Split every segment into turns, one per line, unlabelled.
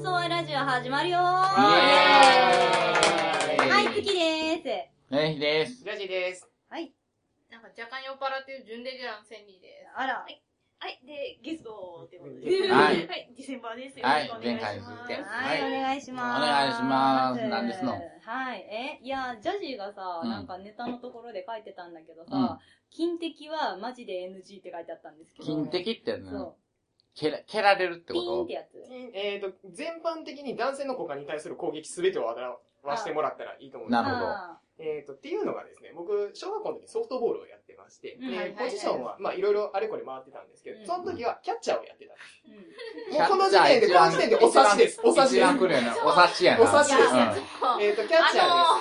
が始まるよー
イエーイ
はい、月で
ナイフです。
ラジです。
ーす。はい。
なんか若干酔っ払ってる準レギュラーの千里で
あら、
はい、で、ゲストってこと
え
で。
ー
はい
はい、ディセンバーです。よろ
はい
しくお願い
前
し
回に
ま
続
す
いて。
はい、
はい
お願いします。
お願いしますなんですの
はい。え、いや、ジャジーがさ、
うん
なんかネタのところで書いてたんだけど
うん
さ、金敵はマジで NG って書いてあったんですけど。
金敵ってやつ
そ
なの蹴ら蹴られる
う。
って
ピーン
こ
ってやつ。
えっ、と、全般的に男性の股間に対する攻撃すべてを表してもらったらいいと思うんです
なるほど
あ
えっ、と、っていうのがですね、僕、小学校の時ソフトボールをやってまして、
うんは
で
いはい
は
ポ
い
ジションは、まあ、いろいろあれこれ回ってたんですけど、
うん
その時はキャッチャーをやってたんで
ーうん
す。もうこの時点で、この時点でお察しです。お察し
一
です
番。来るよな。お察しや
お
な。
察しです
うん
えっ、と、キャッチャ
あ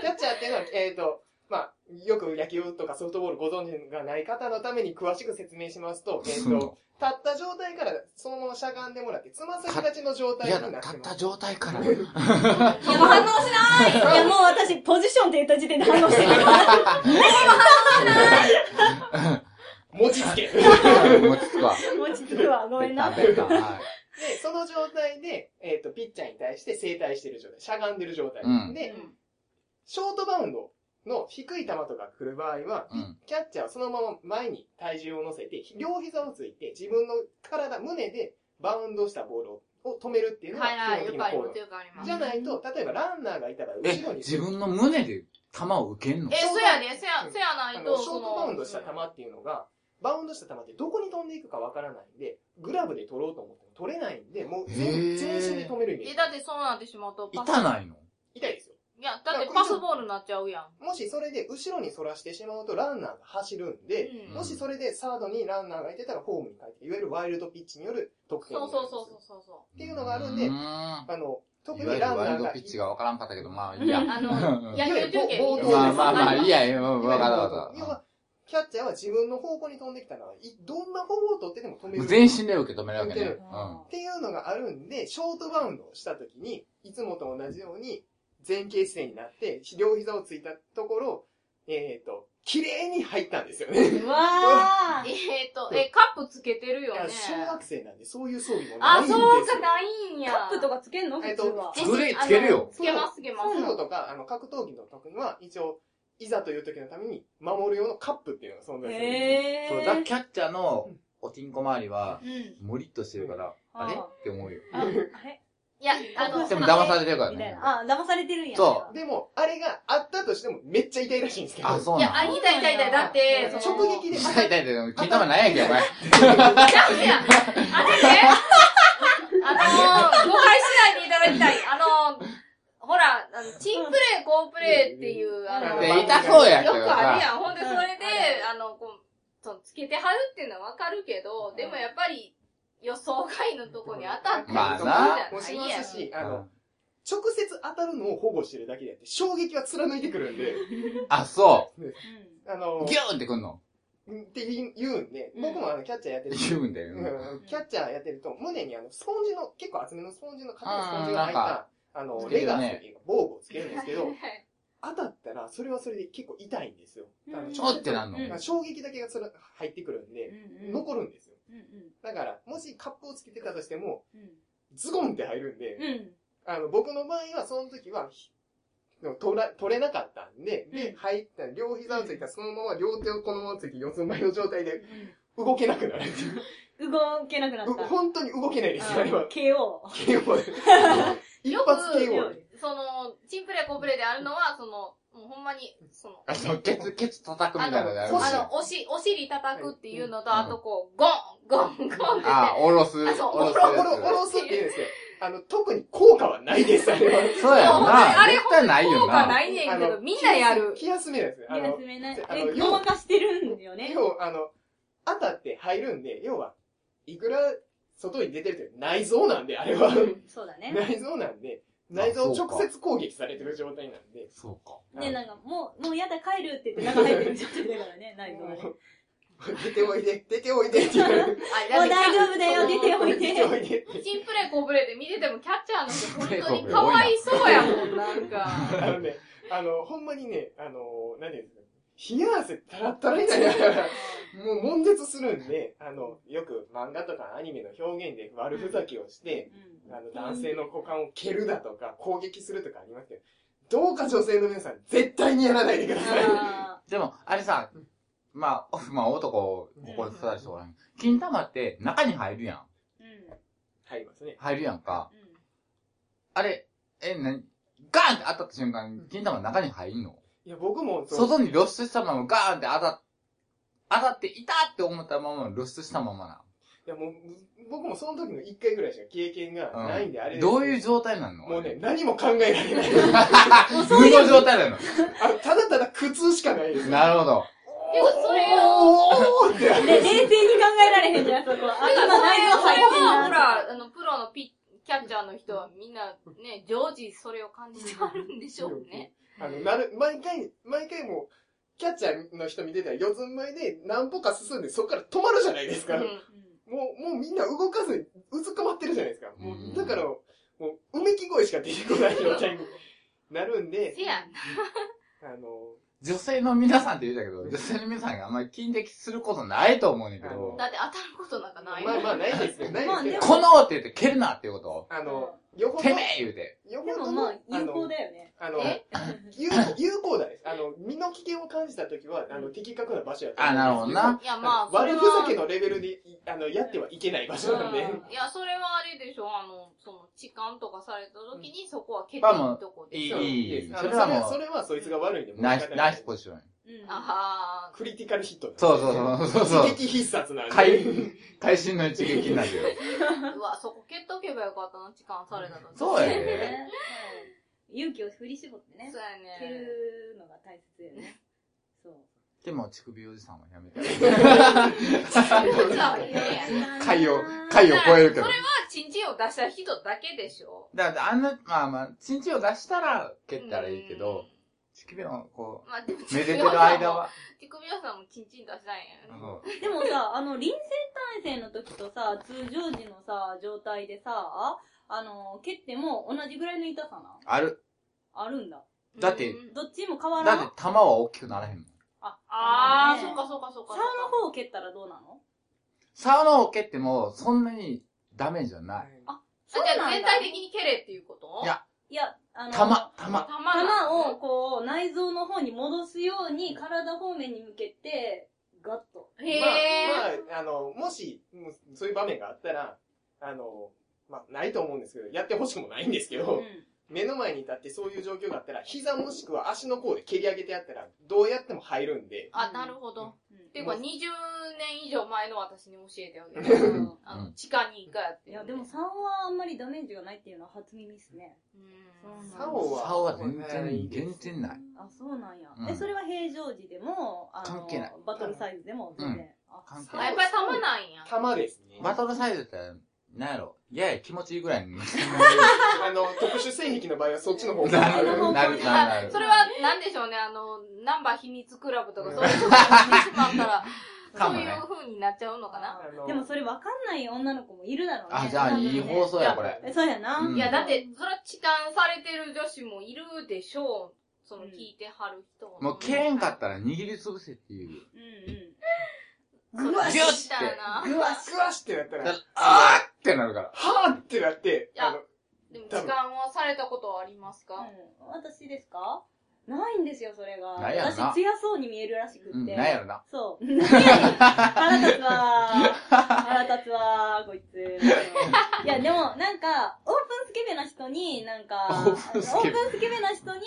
ーです。キャッチャーっていうのは、えっ、と、まあ、よく野球とかソフトボールご存知がない方のために詳しく説明しますと、えっ、
す
と、
んの
立った状態からそのまましゃがんでもらって、つま先立ちの状態
い
に
や
な
だ、
ってます。
立った状態 から。
いや、もう反応しない
い や、もう私、ポジションって言った時点で反応してるから。
餅つけ。
持ちつくわ。
もうちつくわ。ごめんな。
ベタベタはい
で、その状態で、えっ、と、ピッチャーに対して正対してる状態、しゃがんでる状態。
うん
で、ショートバウンドの低い球とか来る場合は、
うん
キャッチャーはそのまま前に体重を乗せて、両膝をついて、自分の体、胸でバウンドしたボールをを止めるっていうのが
はいは
基
い、
本
よ
的
くあ
な
り
行動。
ます。よくあります。
じゃないと、例えばランナーがいたら、
え
後ろ、に。
自分の胸で球を受けんの
え、そやで、そや、そやな
あ
い
の、
と。
ショートバウンドした球
その
っていうのが、バウンドした球ってどこに飛んでいくかわからないんで、グラブで取ろうと思っても取れないんで、もう
へ
全
ー
全身で止めるイメー
え、
ジ。
だってそうなってしまうと、
痛ないの
痛いですよ。
いや、だってパスボールになっちゃうやん。
もしそれで後ろに反らしてしまうとランナーが走るんで、
うん
もしそれでサードにランナーがいてたらホームに帰って、いわゆるワイルドピッチによる得点
そうそうそうそうそうそう。
っていうのがあるんで
うーん
あの、特
いわ
に
ゆる
ランナ
ワイ
ー
ルド
が
ピッチがわからんかったけど、 まあいいや。
あの
うん
野球中継
いやいやぼ
まあまあまあ、いい
や。
や、いやわかったわ
要
か
は、キャッチャーは自分の方向に飛んできたのは、いどんな方向を取ってでも止め
った。
る。
全身で受け止めるわけね。
受け
う
る
ん。
っていうのがあるんで、ショートバウンドをした時に、いつもと同じように、前傾姿勢になって、両膝をついたところ、えっ、と、綺麗に入ったんですよね。
うわー。
えっと、え、カップつけてるよ
いや
ね。
小学生なんで、そういう装備もない
あ、
んですよ。
そうか、ないんや。
カップとかつけんの普
えっ
通
と
は。
え
つけつけるよ
あのつけます、つけま
そういう
す。
のとか、あの、格闘技の時には、一応、いざという時のために、守る用のカップっていうのが存在するんですよ。
へ
そう、
ー。
だキャッチャーのおちんこ周りは、
うん。
もりっとしてるから、あれって思うよ。
ああれ
いや、あの、
でも騙されてるから
みたい
ね。
な。あ、騙されてるんや。
そ
でも、あれがあったとしても、めっちゃ痛いらしいんですけど。
あ、そう
い
な
や、
の
あ、痛い痛い痛い。だって、その
直撃で、
痛い痛い痛い。金玉なんやけん、お 前。
ちゃうやん。あのね、あのー、誤解しないでいただきたい。あのー、ほら、あのチンプレー、コープレーっていう、あの、
で痛そうやけ
よ
ど
くある
さ。
やん。ほんで、それで
う、
あの、こう、そのつけてはるっていうのはわかるけど、でもやっぱり、予想外のとこに当たったりと
まあ
か
な
も
じ
し
ゃないやん
ますし、あの、直接当たるのを保護してるだけであって、衝撃は貫いてくるんで、
あ、そ
うん。
あの
う。、ギューンってくんの。
って言う言うんで、僕もあの、キャッチャーやってる
言うんだよね。
うんキャッチャーやってると、胸にあの、スポンジの、結構厚めのスポンジの硬いスポンジが
う
入っ
んなんか
た、あの
つ、け
レ
るよ
ガ
ね
ーっていうか、防具をつけるんですけ
は
ど
い、はい
当たったら、それはそれで結構痛いんですよ。あ
う
の
ん
ちょってなんの。
うん
衝撃だけがつら入ってくるん
う
で、
んうん。
残るんですよ。
うん
だから、もしカップをつけてたとしても、
う
ズゴンって入るんで、
ん。うん。
あの、僕の場合は、その時は、ひでも取ら、取れなかったんで、
う
で
ん、
入った、両膝をついた、そのまま両手をこのままついて、四つん這いの状態で動けなくなる。
うん。動けなくなっ
う
た。
本当に動けないですよ、あれ は。
KO。
KO で一
よく
発 KO で。
その、チンプレー、コープレーであるのは、その、もうほんまに、その、
あ、そう、ケツ、ケツ叩くみたいなのや
あ
るし。
の、おし、お尻叩くっていうのと、
はい
あとこう、ゴン、ゴン、ゴンって言って。
あ、おろす。おろ
あ
す
そう
おろ
や
おろおろすって言うんですけど、あの、特に効果はないです、あれは。
つ。そうやろな。
あれ
絶対ないよ
効果
な。
ないねんけ
あ
ど、
の
みんなやる。
気休めなんですね。あ
目が
の
つ、めない。
あの
え、ごまかしてるんだよね。
要は、あの、当たって入るんで、要は、いくら外に出てるという内臓なんで、あれは。
そうだね。
内臓なんで、内臓を
そうか
直接攻撃されてる状態なんで。
そうか。
で、なんか、もう、もうやだ帰るって言って中入ってる状態だからね、内臓はね。も
も
う
う出ておいで、出ておいでって言われ る。
あ
大丈夫だよ、出ておい
出て
で。
おいでって。
チンプレー、コープレーで見ててもキャッチャーの人、本当にかわいそうやもん、なんか。
あのね、あの、ほんまにね、あの、何て言うんですか、冷や汗たらったらになりながら、もう悶絶するんで、あの、よく漫画とかアニメの表現で悪ふざけをして、あの、男性の股間を蹴るだとか、攻撃するとかありますけど、どうか女性の皆さん、絶対にやらないでください。
あ
でも、あれさ、まあ、まあ男、ここで育ちとかなん金玉って中に入るやん。
入りますね。
入るやんか。あれ、え、なにガーンって当たった瞬間、金玉中に入るの
いや、僕も、その
外に露出したままガーンって当たっ、当たっていたって思ったまま露出したまま
いやもう、僕もその時の1回ぐらいしか経験が
な。ん
ないんで、あれです
どういう状態なの
もうね、、何も考えられない。
あれ無の状態なの。
あのただただ苦痛しかないです。
なるほど。
でもそれを、
おーって。
ーね冷静に考えられへんじゃん、そこは。あ、
でも
今
そ
内
れ
臓
それ
入ってん
は、
な
ほら、あの、プロのピキャッチャーの人はみんなね、常時それを感じてあるんでしょうね。
あの、なる、毎回、毎回もう、キャッチャーの人見てたら四つん這いで何歩か進んでそこから止まるじゃないです
う
か。も
ん。
う、もうみんな動かずにうずくまってるじゃないですか。も
うん
う、だから、もう、うめき声しか出てこない状態になるんで
せ、や
あの、
女性の皆さんって言うたけど、女性の皆さんがあんまり金的することないと思うねんだけど、
だって当たることなんかないも
まあ
ん。
まあないですけど、ないですけど、
このって言って蹴るなっていうこ
あの、よほ
と
ど
て、めえ言うて。
よ
で
ほ
も
ど
ま
の
あ、有効だよね。
あの、
え
有有効だです。あの、身の危険を感じたときは、あの、的確な場所やと思
あ、
うんですけ
なるほどな。
いやまあ、それ
悪ふ
は
ざけのレベルで、いあの、やってはいけない場所なんで。
うんいや、それはあれでしょ、あの、その、痴漢とかされた時に、そこは蹴っていい
まあまあ
とこで
い
し
い、
ょ。
い
で
い。
すあ
そ
のそ
れ
れ
は
はもう。そ
も
れはそいつが悪いんで、
う、ナイ
仕
ス
方、
ナ
ない
イスポジション。
うん。
あは
クリティカルヒットなんで
そうそうそうそうそう。
一撃必殺 なんで。
会、会心の一撃になるよ。
ー。うわ、そこ蹴っとけばよかったな、痴漢された時。
そうや
ね
ね。
うん 勇気を振り絞ってね
そう。や
蹴
ね。
るのが大切よね。そう。
でも、乳首おじさんはやめて。
じゃあ、いやいや
会を、会を超えるけど
それ。は、チンチンを出した人だけでしょ。
だって、あんな、まあまあ、チンチンを出したら蹴ったらいいけど、乳首の、こ
うん、まあでも、
う、めでてる間は。
乳首屋さんもチンチン出したんやね。
そ
でもさ、あの、臨戦態勢の時とさ、通常時のさ、状態でさ、あの、蹴っても同じぐらいの痛さな
うある。
あるんだ。
だって
うん
どっちも変わ
だ
ら
っ
ん
て、弾は大きくならへんもん。
あ、
あ
ね
ー、そうかそうかそうか。
竿の方を蹴ったらどうなの
竿の方を蹴っても、そんなにダメージはない。
そう
あじゃ
な
あ
ん
全
だ
体的に蹴れっていうこと
いや
いや、あの、
弾、弾。
玉
弾をこう、内臓の方に戻すように、体方面に向けて、ガッと。
へ
ま
え。
あ、まあ、あの、もし、もうそういう場面があったら、あの、まあ、ないと思うんですけど、やってほしくもないんですけ
う
ど、
ん。
目の前に立ってそういう状況があったら、膝もしくは足の甲で蹴り上げてやったら、どうやっても入るんで、
あ、なるほど。
うん
っていうか、20年以上前の私に教えてあげ
う
る。
ん
あの、地下に一回やって。
いや、でも、3はあんまりダメージがないっていうのは初耳ですね。
うん。
竿
竿は、
竿は全然、全然ない。
あ、そうなんや。
うん
え、それは平常時でも、あの
関係ない
バトルサイズでも全然。あ
関係
あ、やっぱり玉なんや。
玉ですね。
バトルサイズって、なんやろ、やや気持ちいいぐらいに。
あの、特殊性癖の場合はそっちの方が
なる、
ほど
なる、なる
そ。れは、なんでしょうね、あの、ナンバー秘密クラブとか、そういうとこにしてしまったら、
かも
そう
ね
いう風になっちゃうのかな。
あ
あの
でもそれわかんない女の子もいるだろうね。
あ、じゃあ、いい放送や、これ。
えそうやな。
うん
いや、だって、それは痴漢されてる女子もいるでしょう。その、聞いてはる人
もう、蹴れんかったら握りつぶせっていう。
う
そ
んうん。
う
ぐわ
ギ
し
ュッ
したいな
ぐわしぐわしってなったら、
だからあーってなるから。
はーってなって、
いや
あの、
でも、痴漢はされたことはありますか
うん私ですかないんですよ、それが。
ないやろな
私、強そうに見えるらしくって。
うん、なんやろな。
そう。 腹立つわー。腹立つわー、こいつ。いや、でも、なんか、オープンスケベな人に、なんか、
オープンスケベ
オープンスケベな人に、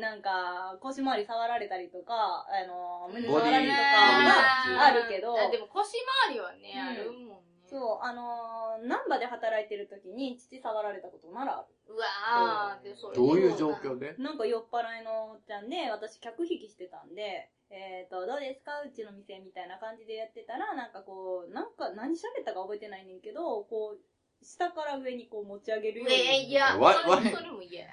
なんか、腰回り触られたりとか、あの、胸
ボ
触
ディ
られるとかがあるけど、
でも腰回りはね、
うん
あるもんね。う。
そう、あのー、難波で働いてる時に、父触られたことならある。
わー、で、それ。
どういう状況で
なんか酔っ払いのおっちゃんで、私客引きしてたんで、えっ、と、どうですかうちの店みたいな感じでやってたら、なんかこう、なんか何喋ったか覚えてないねんけど、こう、下から上にこう持ち上げるよう
え、い
に。
や、
わ
それ
わ
それも嫌や。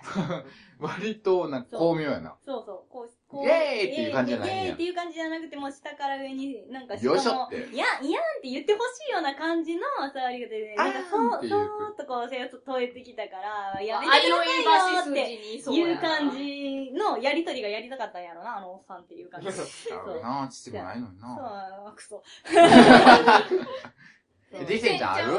割と、なんか巧妙やな。
そうそう、こう、こう。
イエーイっていう感じじゃないんや
イエーイっていう感じじゃなくて、もう下から上に、なんかしか
よ
も、
いしょって。
いや、いやんって言ってほしいような感じの触り方で、なんか
あーんっ
そ
て
う、
言
そうーっとこう、背を問えてきたから、や
あ
め
い
てく
おい
ださいよーっ
ばし筋
て
にそ
いう
や
う感。じのやりとりがやりたかったんやろな、あのおっさんっていう感じ。そう、
だろうな、父もないのにな。
あクソ。
えできてんじゃんある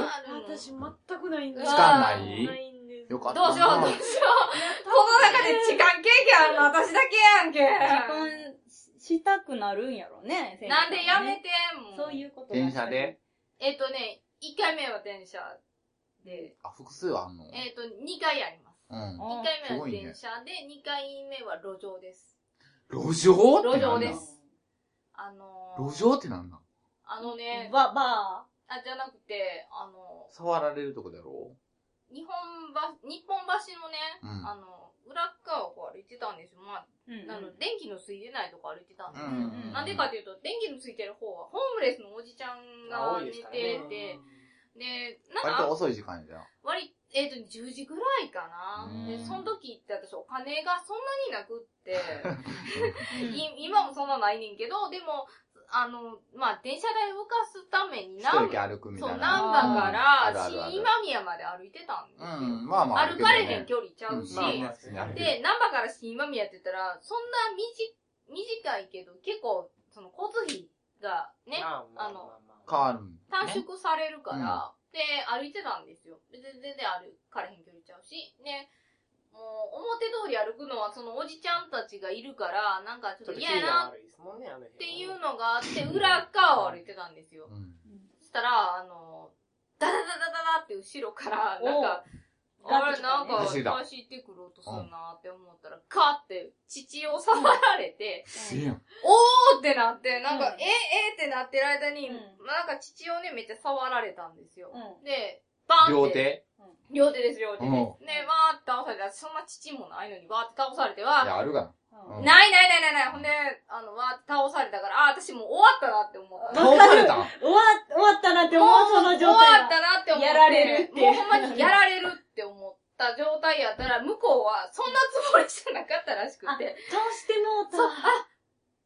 私全くないんで
つ
す
かん
ない
ないんです
よかった
どうしよう、どうしよう。この中で痴漢経験あるの私だけや
時
ん
間したくなるんやろね、
け。 なんでやめ
て。
ても
そう
う。
いうことが
電車で
えっとね、1回目は電車で、
あ、複数あんの
えっと、2回あります。
うん。
あ
1回目
す
は
ごいね
電車で、2回目は路上です。
路上って
路上
なん
で
だ
す。あのー、
路上ってなんだ
あのね、
ば、ば、
あ、じゃなくて、あの
触られるとこだろ
ー、日本橋、日本橋のね、
うん
あの、裏っ側をこう歩いてたんですよ。まあ、
うん
あの、電気のついてないとこ歩いてたん
う
で
ん
す
う
よ。
んうん
なんでかというと、電気のついてる方は、ホームレスのおじちゃん
青
が
いで
寝て
すからね。
て、で、なん
割と
か、
遅い時間じゃん。
割、えっ、と、10時ぐらいかな
う。ん
で、その時って私お金がそんなになくって、い今もそんなないねんけど、でも、あの、まあ、電車代動かすために
一
何、
人で歩くみ
そ
た
う、
い
なん
な。
だから、
うんあるあるある
新今宮まで歩いてたんですよ。
うん、まあまあ。
歩かれへ
け
ん距離ちゃうし、
まあまあ
で、難波から新今宮って言ったら、そんな短短いけど、結構、その交通費がね、
ままま
ど変わるんだね。
短縮されるから、で、歩いてたんですよ。で、全然歩かれへん距離ちゃうし、ね、もう、表通り歩くのは、そのおじちゃんたちがいるから、なんかち
ち
ょ
ょ
っ
っと
と嫌やなっ
悪いですもんね、あの辺
ていうのがあって、裏側を歩いてたんですよ。
うん。
そしたら、あの、ダダダダダダって後ろから、なんか、
お
あれ、なんか、
走り
走
だ
ってくろうとするなって思ったら、カーって、父を触られて、
せやん。
おーってなって、なんか、
うん
え、えってなってる間に、
うん
なんか父をね、めっちゃ触られたんですよ。
う
で、バン
両
って。
手
両手です、両手です。
うん
ね、わーって倒されて、そんな父もないのに、わーって倒されて、わー
いや、あるか
ん。
うん
ないないないないない。ほんで、あの、わーって倒されたから、あー、私もう終わったなって思った。
な。倒され たん
終わ、終わったなって思う、その状態
終
は。
わったなって思って。
やられるって
もうほんまにやられるって思った状態やったら、向こうはそんなつもりじゃなかったらしく
あ、倒
て。
してもうた。
そう、あ、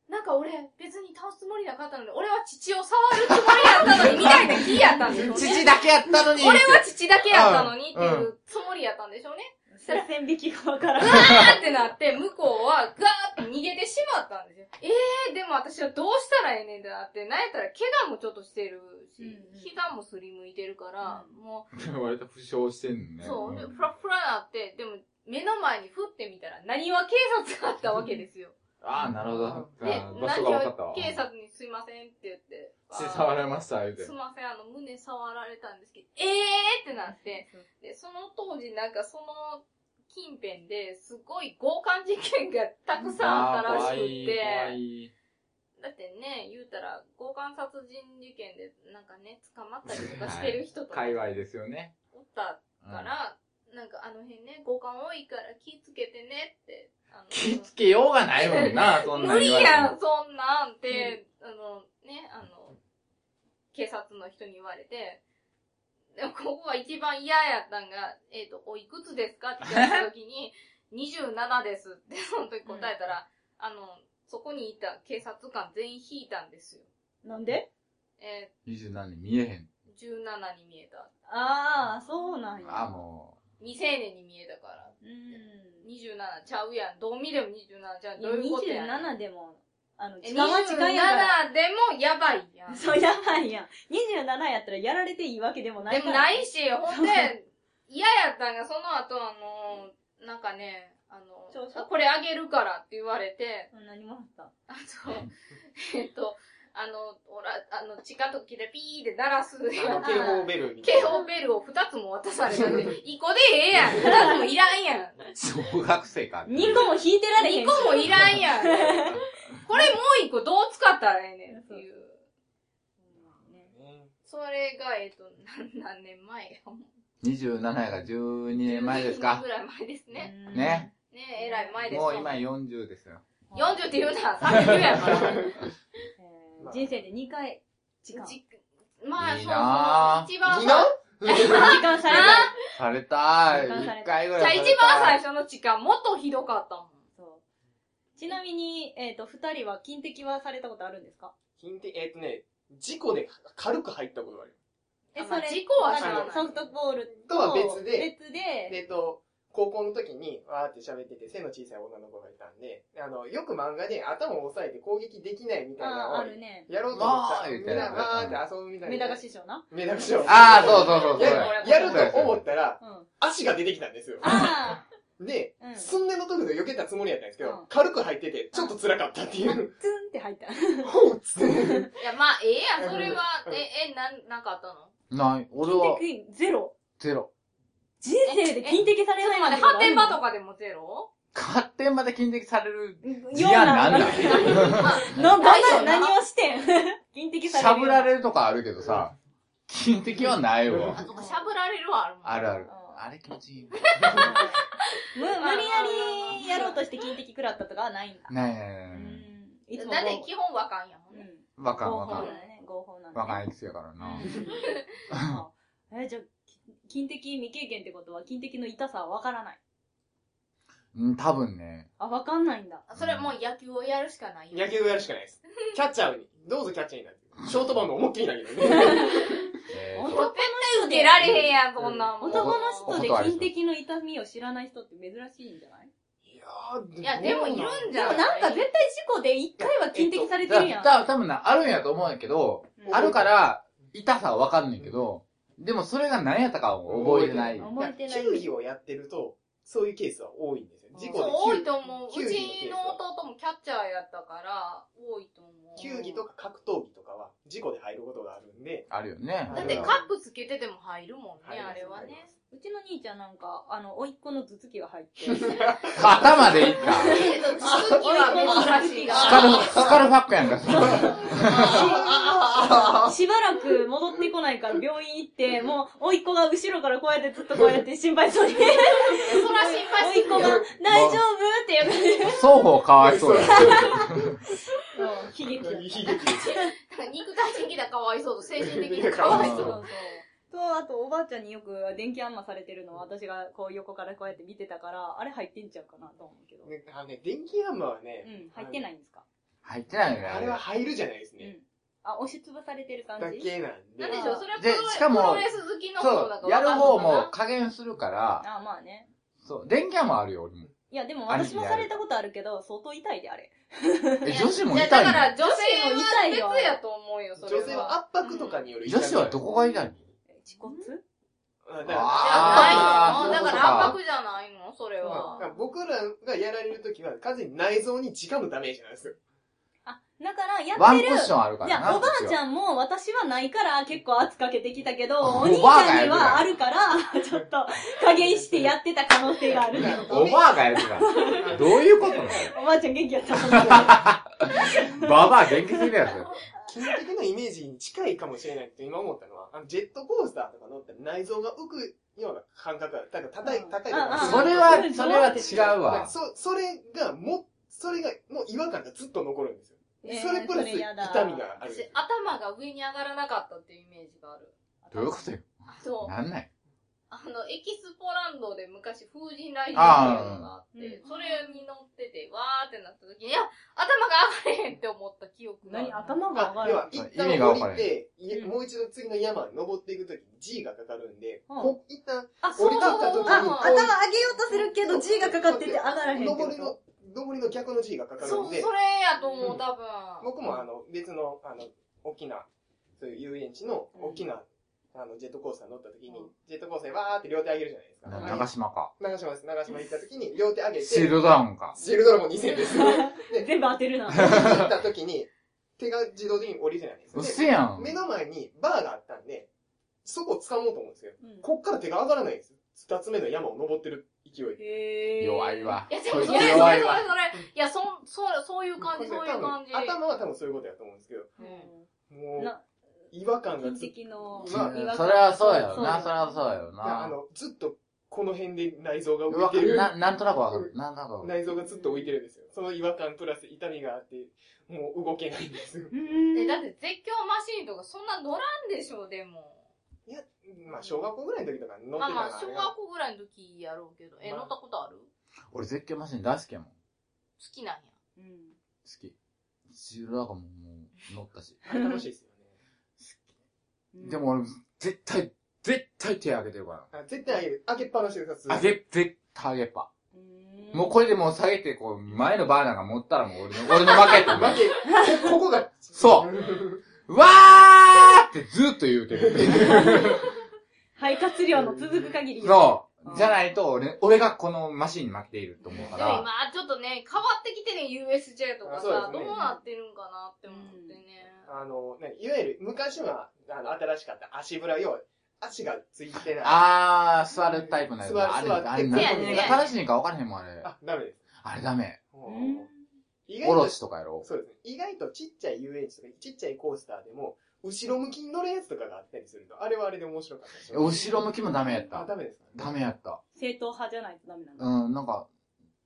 なんか俺別に倒すつもりなかったのに、俺は父を触るつもりやったのに、みたいな気やったんでしょうね。
父だけやったのに
俺は父だけやったのにっていうつもりやったんでしょうね。
それ線引きがわからん。
ガーってなって、向こうはガーって逃げてしまったんですよ。えー、でも私はどうしたらええねんってなって、なんやったら怪我もちょっとしてるし、
うんうん
膝もすりむいてるから、
う
も う、
割と負傷してんのね。
そう、で
ん
フラフラなって、でも、目の前に降ってみたら、何は警察があったわけですよ。
ああ、なるほど。
で、
あー場所が分かったわ。
何は警察にすいませんって言って。
父触ら
れ
れました、言うて
すい。ません、あの、胸触られたんですけど、えーってなって、で、その当時、なんかその近辺ですごい強姦事件がたくさんあったらしくって。
あー怖い
だってね、言うたら、強姦殺人事件で、なんかね、捕まったりとかしてる人とか
怖い。界隈ですよね。
おった
うん
から、なんかあの辺ね、五感多いから気ぃつけてねって。あの
気つけようがないもん な、そんなん
無理
言われても
やん、そんなんって、あのね、あの、警察の人に言われて、でもここが一番嫌やったんが、えっ、と、おいくつですかって言われた 時に、27ですってその時答えたら、あの、そこにいた警察官全員引いたんですよ。
なんで
え
27年見えへん。
ー、17に見えた。
ああ、そうなんや。
あ、も
未成年に見えたから。
う。うん。
27ちゃうやん。どう見ても27ちゃう。
い
ど
や
ういうことやん。
27でも、あの、時
え
間は時間やから。
27でもやばいや ん。
そう、やばいやん。27やったらやられていいわけでもない
で
か
も
ら。
な いし、ほんで、嫌やったんが、その後あのー、なんかね、あ
朝
の
食、
これあげるからって言われて、
うん。何もらった。
あと、 えっと、あの、おら、あの、近くでピーって鳴らすや
あ
ん
の。警報ベルみたい
警
な。
報ベルを2つも渡され たんで、1個でええやん !2 つもいらんやん
う、小学生か。
2個も引いてられへんし。
!2 個もいらんやんこれもう1個どう使ったらええねんっていう。
ね
それが、えっと、何何年前やもう
27やから12年前ですか
12年ぐ。らい前ですね。
うん
ね。
ねえ、えらい前です
もう今40ですよ。
40って言うな、39 やから。
えー人生で2回、時間。
じまあ、
いいなぁ
そうそう。一番
いいな
さ、
時間された。
されたい。
されたい
一回ぐ
じゃ
ら
あ
い。
一番最。初の時間もっとひどかったもん。
そうちなみに、えっ、と、二人は、金的はされたことあるんですか
金的、えっ、とね、事故で軽く入ったことがある。
え、
あ
そ
まあ
れ、
事故は
知らない
ソフトボール
とは別で、
別で、
でえっと、高校の時に、わーって喋ってて、背の小さい女の子がいたんで、あの、よく漫画で頭を押さえて攻撃できないみたいな
あ
の
ー、
を
あ、るね。
やろうと思ったら、
まあ
みん
言う
な
たよね
わーって遊ぶみたいな。
メダカ師匠な。
目だくしを。
ああ、そうそうそうそう。
や
俺も
やると思ったら、
うん。
足が出てきたんですよ。
あ
で、
あ、うん。
すんでの時で避けたつもりやったんですけ
うん
ど、軽く入ってて、ちょっと辛かったってい
あツン
う。
って入った。
ほうっ つって。
いや、まあ、ええや、それは、え、え、なん、なんかあったの
ない。俺は、
金的ゼロ。
ゼロ。
人生で金的され
ちょっ
な
と
い
待
な
っ
んてことある
て、発展場とかでもゼロ
勝手まで金的される。い
よう
や、なん
な、
だ。
ないよ
何
な
何をしてん 金的
し
される。
ゃぶられるとかあるけどさ、金的はないわ。
なんかしゃぶられるはあるもん。
あるある
う。ん
あれ気持ちいい。
む無理やりやろうとして金的食らったとかはないんだ。
ないないないうない。
ん。いつも合
だっ
法。
て基本わかんやもんね。
うん
わかん
合
わか
法
ん。
だね。合法なんだね。
わかんいくつやからな。
うん え、じゃあ、金的未経験ってことは、金的の痛さはわからない。
うん、多分ね。
あ、わかんないんだ。
それもう野球をやるしかないよ。
野球をやるしかないです。キャッチャーに、どうぞキャッチャーになって。ショートバウンド思いっきり投げるね。
えー
男
と
の人
出
で、
られへんやん、そんなもん。
男の人で
男の人
金的の痛みを知らない人って珍しいんじゃない
いや
いや、でもいるんじ
で
ゃ
もなんか絶対事故で一回は金的されてるやん。
だから多分な、あるんやと思うんやけど、
うん
あるから、痛さはわかんねんけど、でもそれが何やったかを覚えてない。
覚えてない。
球技をやってると、そういうケースは多いんですよ。事故
そう
で、
多いと思う。
球
う
技のケー
ち
ス
の
は
弟もキャッチャーやったから、多いと思う。
球技とか格闘技とかは事故で入ることがあるんで、
あるよね。
だってカップつけてても入るもん
入り
ね、
ます
あれはね。
うちの兄ちゃんなんか、あの、甥っ子の頭突きが入 って。
頭でいいか。
えっと、続きは珍しいが。
スカル、スカルファックやんか、それ
しばらく戻ってこないから病院行って、もう、甥っ子が後ろからこうやってずっとこうやって心配そうに。
そら心配
甥
し
って子が、大丈夫って言う
双方かわいそうや。
もう悲劇だった。
悲劇ですよ。
肉体的だかわいそうと、精神的にかわいそ
そう
う。
そう。と、あと、おばあちゃんによく電気あんまされてるのを私がこう横からこうやって見てたから、あれ入ってんちゃうかなと思うけど。う
ねあのね、電気ハンマーはね、
ん、入ってないんですか
入ってないよね、
あ
あ
れ
れ
は
は。
入るじゃないです
う
ね。
ん。あ、押しつぶされてる感
だ
じ
けなんで
なんで。しょう、それはプ
でしか
ロ
も
プロレス好きの
そ
方だか
う、
ら
やる
分かんの
方
かな。
も加減するから、
あ、まあね。
そう、電気屋もあるよ、俺も。
いや、でも
あり
私もされたことあるけど、相当痛いで、あれ。
え、女子も
い
痛
や、
いの
だから女性
女性も痛いよ
は別やと思うよ、それ
女性は圧迫とかによる
女子はどこが痛いの
え恥骨
あだか
あ
あ
ー
ないの
そういうこと
だか
から
圧迫じゃないのそれ
ら
は。
うん僕らがやられるときは、完全に内臓に直のダメージなんですよ。
あ、だから、や
ワ
っ
ン
て
ク
る
ッ。ションあるか
じ
ら
ゃ
な。
あ、おばあち
ん。
ゃんも私はないから結構圧かけてきたけど、お
お
兄ち
ばあが
ゃん
やる
に
から
はあるから、 ちょっと加減してやってた可能性がある。
おばあがやるから。どういうことな
おばあちゃん元気やったもんね。
のババア元気すぎるやつ。
筋的なイメージに近いかもしれないって今思ったのは、あのジェットコースターとか乗ったら内臓が浮くような感覚がある。だから高い、高いとこ
うん
それは、それは違うわ。
そ、それが、も、それが、の違和感がずっと残るんですよ。
えー
それプラス、
それ
痛
やだ
みがあるんです
私
よ。、
頭が上に上がらなかったっていうイメージがある。
どういうことよ。
そう。
なんない。
あの、エキスポランドで昔、風神雷神っていうのがあ
あ
っ
ー
て、
うん
それに乗ってて、わーってなった時に、いや、頭が上がれへんって思った記憶がある。
何頭が上がる
要は、一
意味
旦
が分
降
から
り
へん
て、い
うん
もう一度次の山に登っていくときに G がかかるんで、
うん
こう一旦
あ、
降
そう
り
そう
立った
そ
時
う。
に、
あ、
こ
頭上げようとするけど G がかかってて上がらへんってこと
登りの、登りの逆の G がかかる
そ
ん
う、それ
で、
やと思う、多分。
僕もあの、別の、あの、大きな、そういう遊園地の大きな、あの、ジェットコースター乗ったときに
うん、
ジェットコースターにわーって両手上げるじゃないですか。
ん
長島か。
長島です。長島行ったときに、両手上げて、
シールドダウンか。
シールドラゴン2000です。 で、
全部当てるな。
行った時に、手が自動的に降りるじゃないです
うっ
か。
せやん。
目の前にバーがあったんで、そこを掴もうと思うんですよ。
うん
こっから手が上がらないんですよ。二つ目の山を登ってる勢い
へ
で。
ー
弱い。わ
い。や、で
こ
も
いつ
それ、それ、それ、
弱いわ。
それ、いや、そん、そう、そういう感じ、そういう感じ。
多分頭は多分そういうことやと思うんですけど、
う
も
ん
う、
な、
違和感が
金
ずっと、
的の
そ
まあ
違和感
れはそうやろな。
そ
そうれ
だ
はそうやろ
あ
な。
の、ずっとこの辺で内臓が浮
わ
い
か
てる。
な、なんとなくわかる。なんとなくわかる。
内臓がずっと浮いてるんですよ。その違和感プラス痛みがあって、もう動けないんですよ。
うーん
えだって絶叫マシーンとかそんな乗らんでしょ、でも。
いや、まあ、小学校ぐらいの時とかに乗って
まあ
た
まあ
ら、
小学校ぐらいの時やろうけど、え、
まあ
乗ったことある好
俺絶叫マシン大好きやもん。好
きなんや。
うん。
き。シールラーガももう乗ったし。
あれ楽しいですよね。
うん
でも、俺、絶対、絶対手上げてるから。
あ絶対あげる。開けっぱなしでさ、ずっと
上 げ、絶対上げっぱ。
うん
もうこれでもう下げて、こう、前のバーナーが持ったらもう俺 の、俺の負けって。
負け、こここが、。
そううわーってずっと言うてる。
肺活量の続く限り。
そう。じゃないと、俺、俺がこのマシンに負けていると思うか
でも
ら。
今、ちょっとね、変わってきてね、USJ とか
あそうです
さ、
ね
どうなってるんかなって思ってね。
あの、ね、いわゆる、昔は、あの、新しかった足ブラ要は、足がついてない。
あー、座るタイプのやつ。
座る
あれ、
座って
あれ、
手
やね
何が正しいんか分からへんもん、あれ。
あ、ダメです。
あれダメ。
うん。
意
おろ
外と
し、とかやろ。
そうですね。意外とちっちゃい遊園地とか、ちっちゃいコースターでも、後ろ向きに乗るやつとかがあったりすると、あれはあれで面白かったりします
後ろ向きもダメやっ
あ、
た。
ダメですか、
ダメやった。
正統派じゃないとダメなんだ。
うん、なんか、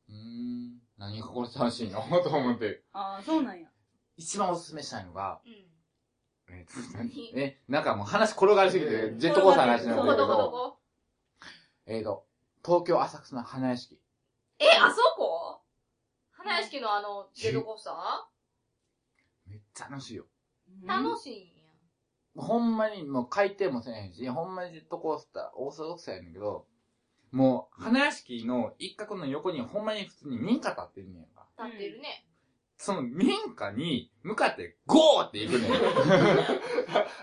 うーん、何がこれ正しいの と思って。
ああ、そうなんや。
一番おすすめしたいのが、
うん。
えっと、何え、なんかもう話転がりすぎて、ジェットコースターの話にな
ど
ん
こ
だけ
どこど
ど、
こ
えっと、東京浅草の花屋敷。
え、あそこ花屋敷のあの、ジェットコースタ
めっちゃ楽しいよ。
ー楽しいんや。
ほんまにもう回転もせえへんし、ほんまにジェットコースター、オーソドックスやねんけど、もう、花屋敷の一角の横にほんまに普通に民家立ってんねんか。
立ってるね。
その民家に向かってゴーって行く ねん。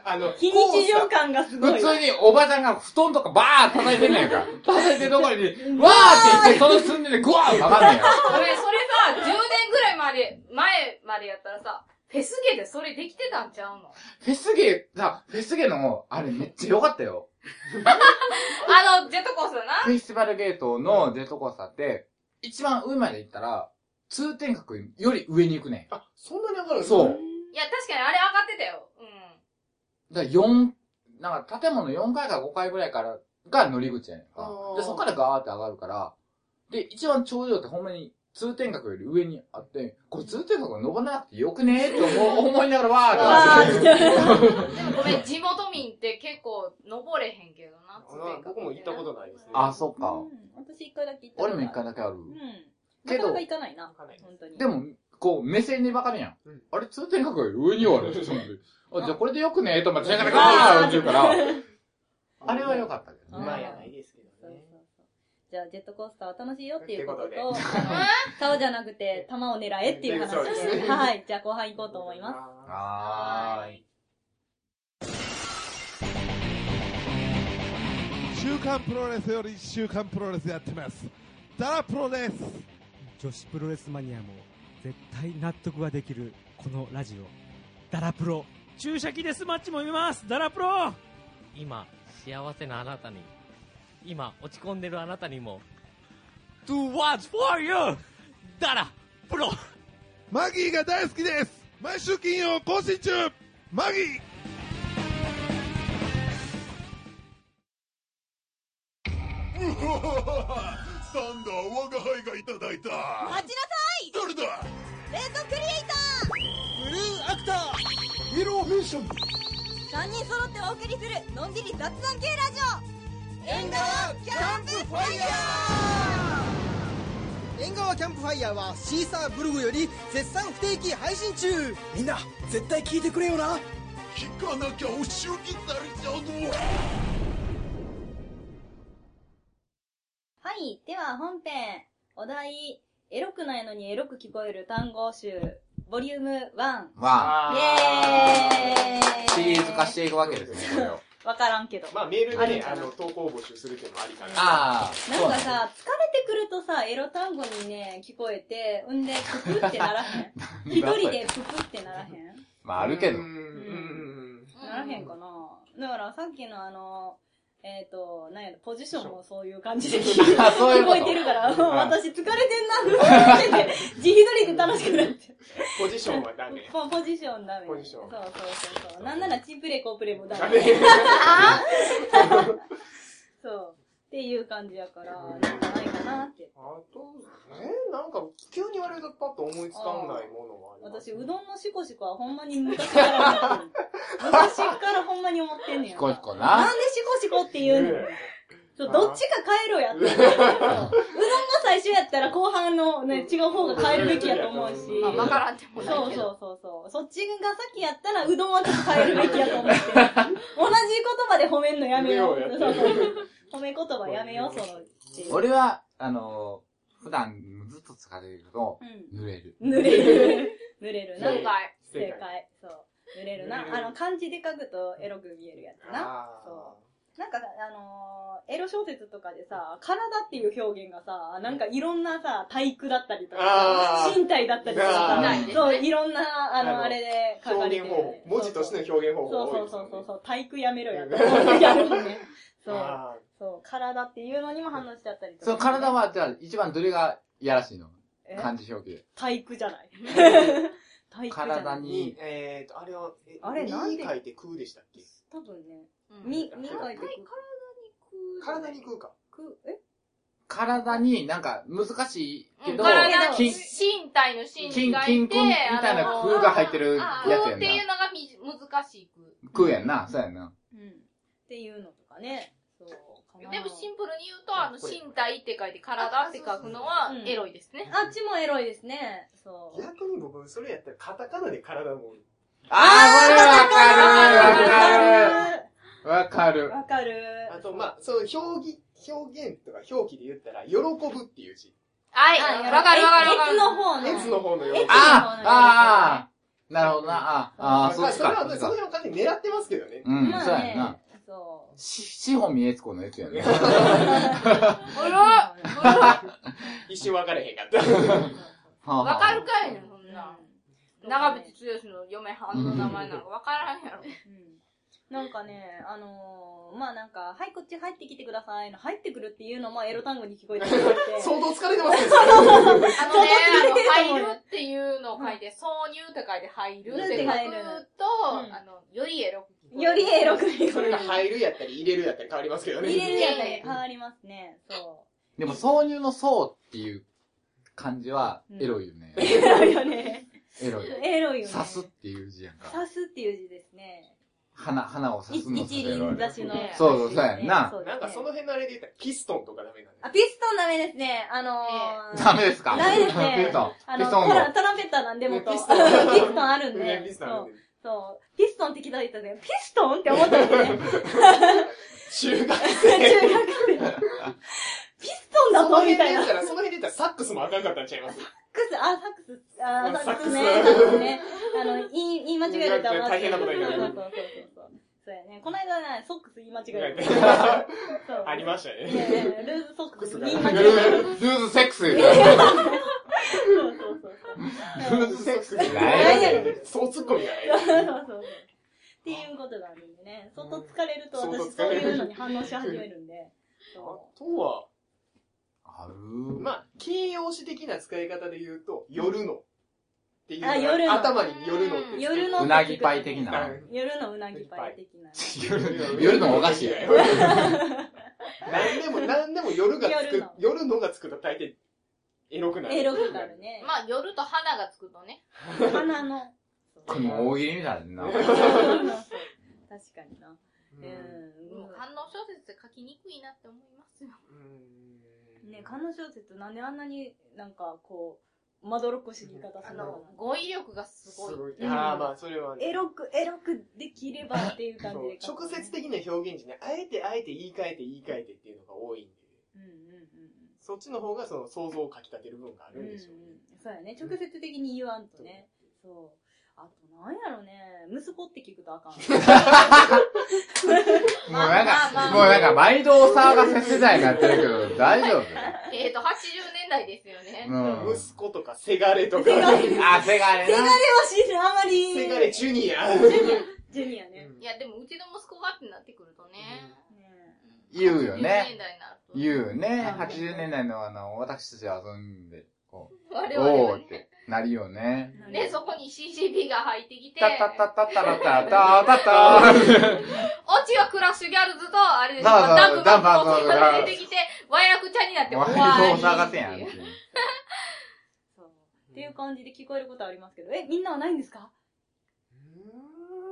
あの、
非日常感がすご
普
い。
通におばちゃんが布団とかバーって叩いてんねん か。叩いてるところに、わーって言って、その寸ででゴワーかかんねんや。
それ、それさ、10年ぐらいまで、前までやったらさ、フェスゲでそれできてたんちゃうの
フェスゲー、さ、フェスゲーの、あれめっちゃ良かったよ。
あの、ジェットコースターな。
フェスティバルゲートのジェットコースターって、一番上まで行ったら、通天閣より上に行くねん。
あ、そんなに上がるんですか
そう。
いや、確かにあれ上がってたよ。うん。
だから四なんか建物4階か5階ぐらいから、が乗り口やねん
あ
か
ー。
で、そこからガーって上がるから、で、一番頂上ってほんまに通天閣より上にあって、これ通天閣登らなくてよくねって思う思いながらわーって
わ
走って
ーって。
でもごめ ん、地元民って結構登れへんけどな、通天閣って
僕も行ったことないですね
あ、そっか。
うん私一回だけ行った。
俺も一回
だ
だけある。
け。うん。な
けど
かなか行かないな
行かない。
本当に。
でも、こう、目線でわかるやん。
うん
あれ通天閣より上にはあ る。そんであ、じゃあこれでよくねと思って、ながらガ ーって言うから、あれは良かったけど
う
ま
ん
あ
ね。
やないですけど
そうそう
ね。
そうじゃあ、ジェットコースターは楽しいよっていうこと
って
と、あ
こ
の竿じゃなくて、弾を狙えっていう話
そうですね
はい。じゃあ、後半行こうと思います。
ま
はーい。
週刊プロレスより週刊プロレスやってますダラプロです
女子プロレスマニアも絶対納得ができるこのラジオダラプロ注射器デスマッチも見ますダラプロ
今幸せなあなたに今落ち込んでるあなたにも Do what's for you! だらプロ
マギーが大好きです毎週金曜更新中マギ ーサンダー我が輩がいただいた待ちなさいどれだ
レッドクリエイタ
ブルーアクター
ー3人揃ってお送りするのんびり雑談系ラジオ縁側キャンプファイヤ
縁側キャンプファイヤーはシーサーブログより絶賛不定期配信中みんな絶対聞いてくれよな
聞かなきゃお仕置きされちゃうぞ
はい。では、本編。お題、エロくないのにエロく聞こえる単語集、ボリューム1。
まあ、
イ
あ
エーイ
シリーズ化していくわけですね、これを。
わからんけど。
まあ、メールで
あるん
ね、
じゃ
あ
ない
の、投稿募集するっていうのもありかな。
ああ、
なんかさ、疲れてくるとさ、エロ単語にね、聞こえて、うんで、ププってならへん。一人でププってならへん
まあ、あるけど
う。んうん
ならへんかな。だからさっきのあの、えっ、と、なんやろ、ポジションもそういう感じで聞
あ そういう
こ
こと
えてるから、
うん
もう私疲れてんな、ふってて、自一人で楽しくなって。
ポジションはダメ。
ポポジションダメ。
ポジション
そうそうそうそう。なんならチンプレイコープレイもダ
ダ
メ。
メ。
そう。っていう感じやから、なんじゃないかなって。
あと、えなんか、急に言われるとパッと思いつかんないものはあります
私、うどんのシコシコはほんまに昔から思ってる。昔からほんまに思ってんねん。
ヒコヒコ
な
な。
んでシコシコって言うねん
ね。
そうどっちか変えろやって。うどんの最初やったら後半の、ね、違う方が変えるべきやと思うし。
まあ、わからんで
そ
も
う
ないけど。
そうそうそう。そっちが先やったら、うどんはちょっと変えるべきやと思ってる。同じ言葉で褒めんのやめよ
褒めよ
う。
う
そ
や
う
って
褒め言葉やめよう、そのうち。
俺は、あのー、普段ずっと使ってるけど、濡れる。
うん。濡れる。濡れるな。
今回、
正解。そう。濡れるな。あの、漢字で書くとエロく見えるやつな。
あー
そなんかさ、あのーエロ小説とかでさ、体っていう表現がさ、なんかいろんなさ、体育だったりとか
あ
さ、
ー
身体だったりとかさ
ないです、ね
そう、いろんな、あ
あ
の、
の
あれで書かれて
表
る
現
よ
方法
ね。。
文字としての表現方
そう
法が多い
そうそ
ですよ
う
ね。
そうそう、体育やめろやと思うやろうね。そう。
あ
そう、体っていうのにも反応しちゃったりとか。
その体、は、じゃあ一番どれがいやらしいの
え
漢字表記
体育じゃない。体育じゃない。
体
ー
に
に、、えーと、あれは、え
あれなん
に
で
書いて空でしたっけ
多分ね、
うん
み、
うん
み書いてく
体に
体に空か。
く、え
体になんか難しいけ
うん
ど、
体に
筋、
身体の身に
筋、
書
筋
い
根み
て、
たいな
あの
空が入ってる
あ
や
あ
つ
こ
や
うんっていう
な。
のがみ難しいく。
空やんな、そうやんな。
うん。っていうのとかね。そう、かな
でもシンプルに言うと、あの、身体って書いて、体って書くのは
うん、
エロいですね。
あっちもエロいですね。そう。
逆に僕、それやったらカタカナで体も。
あー、これわかるわかるわかる。
わかる。
あと、まあ、そう、表記、表現とか表記で言ったら、喜ぶっていう字。
は
あ
い、わかるわかるわか
えつ
る。
の方の。
熱の方の喜び。
あー、あー、なるほどな。あー、あー、そ
まあ
っち
それは
か、そ
ね、
っち
その
か。
辺は完全に狙ってますけどね。
うん、
まあね
そうやんな。。
そう。
し、しほみえつこのやつやんな。
おろわ
一瞬分かれへんかった。
かるかいね、そ
うんん
な。長渕剛の嫁はんの名前なんかわからんやろ。
うんなんかね、あのー、まあなんか、はい、こっち入ってきてくださいの、入ってくるっていうのもエロ単語に聞こえてくるって。
相当疲れてますね。
あのね、あの、
そう
入
そう
るっていうのを書いて、挿入って書いて入るって書
う
くと、
ん
あの、よりエロく聞こえる
よりエロく聞
そ
こ
れ
え
が
る。
入るやったり入れるやったり変わりますけどね。
入れるやつに変わりますね。そ
でも、挿入の挿っていう感じは、エロいよね。
う。 エロいよね。
エロい。
エロいよね。
刺すっていう字やんか。
刺すっていう字ですね。
花、花を刺
一
すの
一輪差しの。
ね
そうそう、そうやんな。
そうですね
なんかその辺のあれで言ったら、ピストンとかダメなん
あ、ピストンダメですね。あのー、
ダメですか
ダメですね
ピストン。
あ
ピ
の、
ス
ト
トン
ラ
の。
トランペッターなんでもと。ピ
ねピ
ス
ス
ト
トン
ンあるん
だよね。
で。
ピストン
そ
あ
う
るんで。
そう。ピストンって聞いた時ね、ピストンって思ったん ですね。中
中学生。
学生。ピストンだ
そ
と
の辺
み
で
たい
言
な。サ
っ
ッ
たら、その辺で言ったらサックスもあかんかったんちゃいます
クス、あ、サックス、あ、サ
サ
ッ
ッ
ク
ク
ス
ス
ね。
ね
サックスね。あの、言い、言い間違えると
大変なことになる
そうそうそうそう。そうやね。この間ね、ソックス言い間違える。 そう
ありました
いや
ね。
いやルーズソックス言い間
ル
違える。
ーズルーズセックス言うな
そうそうそうそう。
ルーズセックスじゃ
何
な
や
い。
ねん
そうツッコミが
そう
ね。
そうそう。っていうことがあるんでね、相当疲れると
相当
私
疲
そう
れる
いうのに反応し始めるんで。
あ
そ
とは、
ある
まあ、形容詞的な使い方で言うと、夜の。っていうのが
あ夜の
頭に夜のって。
夜の
うなぎパイ的な。
うん
夜のうなぎパイ的な。
夜夜のお菓 子。
何でも、何でも夜がつ
夜
く
の、
夜のがつくと大抵、エロくなる。
エロくなるね。
まあ、夜と花がつくとね。
花の。
これも大喜利みたいだな。
確かにな。
う。
うん。
もうん観音小説って書きにくいなって思いますよ。
うん
ね、観音小説なんであんなになんかこう、まどろっこし言い方す
あ
るのかな
の、語彙力がすごい。
うん
ああ、まあ、それはね。
エロく、エロくできればっていう感
そ
じで。
う直接。的な表現時ね、あえてあえて言い換えて言い換えてっていうのが多いんで、
うんうんうん。
そっちの方がその想像をかきたてる部分があ
う
る
んう
ん
ん
でしょうね。
そうやね。直接的に言わんとね。そう。あと、なんやろね。息子って聞くとあ かん。
もうなん
まあまあま
か、
あ
もうなんか、毎度お騒がせ世代になってるけど、大丈夫
えっと、80年代ですよね。
うん。
息子とか、せがれとか、
あ、せがれな。
私、あんまり。
せがれジュニア。
ジュニア。ジュニアね。
いや、でも、うちの息子がってなってくるとね。
ね
言うよね
80年代になると。
言うね。80年代のあの、私たちは遊んで、こう、
我々は
おーっ
ね。
て。なるよね。
で、そこに CCB が入ってきて、
たた
オ
たたたらたたたた。
チはクラッシュギャルズと、あれです
そうそう
ダンプ
ダン
バ
バ
ン
ー
バ
バ
ン
ー
が出てきて、和訳ちゃんになって
お
終
前
わ
そう探せやん
り。。
そう。っていう感じで聞こえることはありますけど、え、みんなはないんですか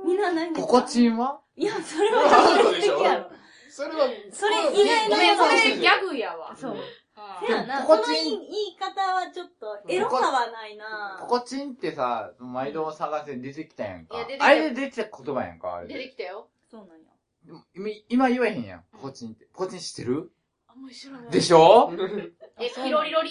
みんなはないんですか
心地は？
いや、それは
そうでしょ
素敵やろ。
それは、
それ以外の
ごめ
や
ん、
つ
そ
は
れギャグやわ。
そう。
うん
せやな、そ
心
の
地
言い言い方はちょっと、エロさはないな
ココチンってさ、毎度探せ出てきたやんか
いや出てき。た
あれで出てきた言葉やんか、あれ
出て
で。
きたよ。
そうなんや。
でも今今言わへんやん、ココチンって。ココチン知ってる
あんまり知らない。
でしょ
え、ピロリロリ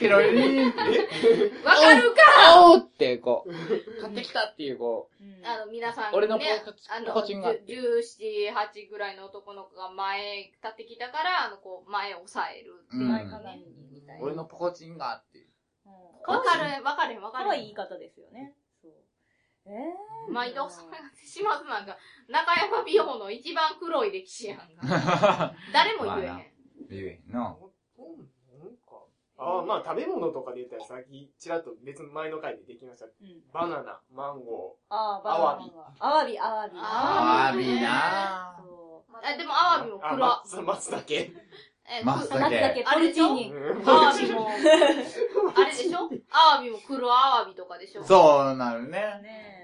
ピロリーンって。
ーン。わかるか
おーって、こう、 買ってきたっていう、こ
うん
あの、皆さん、ね、
俺のポカチ
あの、
ポカチンがあって
17、8ぐらいの男の子が前立ってきたから、あの、こう、前を押さえるっていう
うん、
前かがみにみたいうな。
俺のポコチンがあっていう。
かわ
わかる、わかる、わか
いい言い。
る
方ですよね。そう。えー。
毎度、島津なんか、中山美穂の一番黒い歴史やん か。誰も言えへん。
まあな言えへんな。
ああ、まあ食べ物とかで言ったらさっきちらっと別の前の回でできました。
うん。
バナナ、マンゴ
ああ、
アワビ
アワビ、アワビ。
アワビ
なぁ
そ
あでも、アワビも
ー。あ、
黒。
松松だけ。
え
松
う。
だ
夏だけポルチーニ。
アワビも、あれでしょアワビも黒アワビとかでしょ
そうなるね。
ねえ。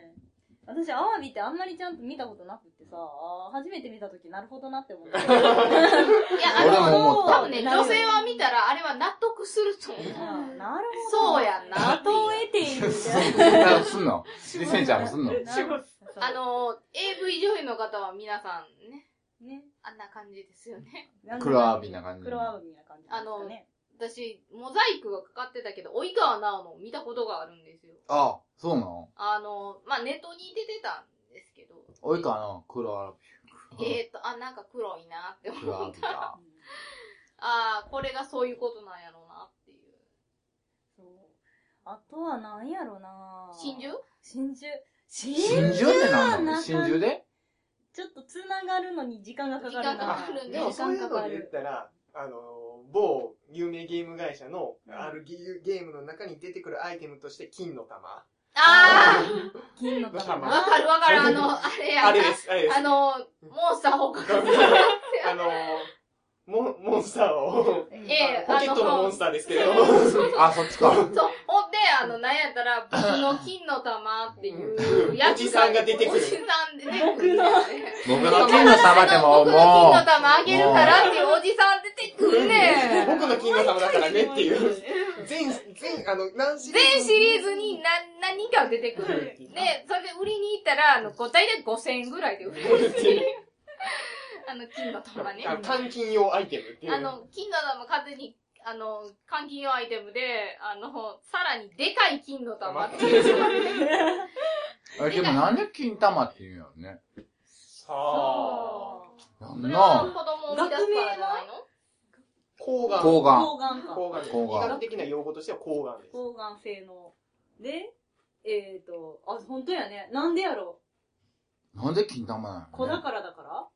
私、アワビってあんまりちゃんと見たことなくってさ、あー初めて見たときなるほどなって思った。
いや、
俺
あの、
も思った
多分ね、女性は見たら、あれは納得すると思う。
あーなるほど。
そうやんな
的を得ているじゃん。
すんのリセンちゃんもすんの
なるほど
あ、の、AV 女優の方は皆さんね、
ね。
あんな感じですよね。
黒アワビな感じ。
黒アワビな感じ。ね。
私、モザイクがかかってたけど、及川直のを見たことがあるんですよ。
あ、そうなの
あの、まあ、ネットに出てたんですけど。
多いかな黒アワビ。
えーっと、あ、なんか黒いなって思
黒アワ
っ
ビ
た。
か。
ああ、これがそういうことなんやろうなっていう。
そう。あとは何やろな
真珠
真珠。真
真
珠
珠ってなんな
な
の真珠で
ちょっと繋がるのに時間がかかる
時間
な
かかるね
でもそういうので言ったら、あの、某有名ゲーム会社の
うん
R ゲームの中に出てくるアイテムとして金の玉。
あ
金の玉
あ
な
わかるわかる、あの、あれや
あ
ん
れ
な
です、あれです
あ。の、モンスターをかかる。
あの、モンモンスターを、
うん
ええ
ポケットのモンスターですけど、
あ、そっちか。
そう、ほんで、あの、なんやったら、僕の金の玉っていうや
お
つ
じさんが出てくる
おじさんで出てくる。
僕の金の玉でも、
僕の金
も
の玉あげるからっていうおじさん出てくるねん。
僕の金の玉だからねっていう、全、全、あの、何シリー
全
ズ
シリーズに何、何人か出てくる。で、それで売りに行ったら、あの、こう大体5000円ぐらいで売れるっていう。 あの、金の玉ね。
あ換金用アイテムっていう。
あの、金の玉完全に、あの、換金用アイテムで、あの、さらにでかい金の玉っていう。
う。えでもなんで金玉って言うんやろね。
さあ、
なん
それ
な
は
ん
子供を生み出すからじゃないの
抗がん。
抗がん。
抗がんか。
抗がん。
抗がん
医学的な用語としては抗がんです。
抗がん性の。で、えっと、あ、本当やね。なんでやろ
なんで金玉な
子
の
だからだから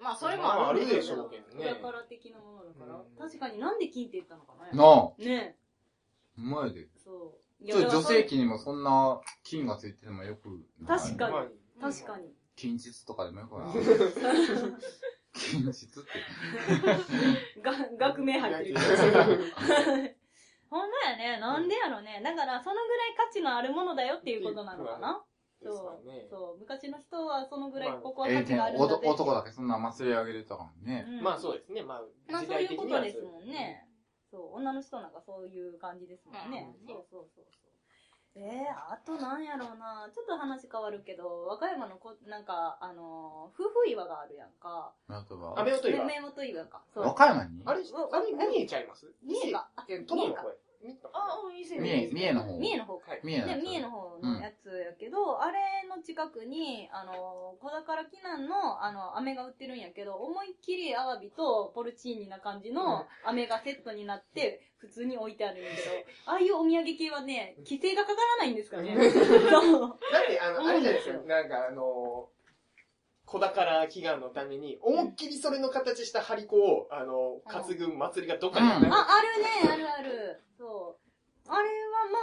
まあ、それ
まあ
もあ
あ
る
る
んで
で
し
し
ょう
ょ
けど
うけど
子だ。
ね
から的なものだから
うん。
確かになんで金って言ったのかな
なあ、う
ね
まいで。
そう。い
ち
や
ょっと
だから
女性器にもそんな金がついててもよくない。
確かに
まあ
確かに。
金日とかでもよくない。金日って。
が、学名入ってる。 ほんまやね。なんでやろね。だから、そのぐらい価値のあるものだよっていうことなのかな。
ですか
そう。
ね。
そう。昔の人は、そのぐらい
まあ
ここは
え
価
え
値があるんだ
お
ぜ
と男だけそんな祭り上げれたからね。
うん
まあそうですね。ま
ま
あ、
あ
時
そうい
代
う
的
こ
に
と
は
ですもんね。そう、女の人なんかそういう感じですもんね。
うん
そうそうそうそう。えー、あとなんやろうな。ちょっと話変わるけど、和歌山のこ、なんか、あのー夫婦岩があるやんか。
あと
そう。ア
は、
メオトイ
名
は。
元岩か。そう。
和歌山に
あれ、あれ、何えちゃいます
三重か。あ、
え、
三
友
重
の
か。
声。見た
あ、うん、いいですよ
三重、三重の方。
三重の方か。
はい
三重
で
のやつ
三重の方のやつやけど、あれの近くに、あの、小宝記念の、あの、飴が売ってるんやけど、思いっきりアワビとポルチーニな感じの飴がセットになって、普通に置いてあるんやけ ど、ああいうお土産系はね、規制がかからないんですかね。 そう。
だって、あの、あれじゃないです
そう
か。なんか、あの、子宝祈願のために、思いっきりそれの形した張り子を、あの、担ぐ祭りがどっかにあった
うん
よ
あ、あるね、あるある。そう。あれ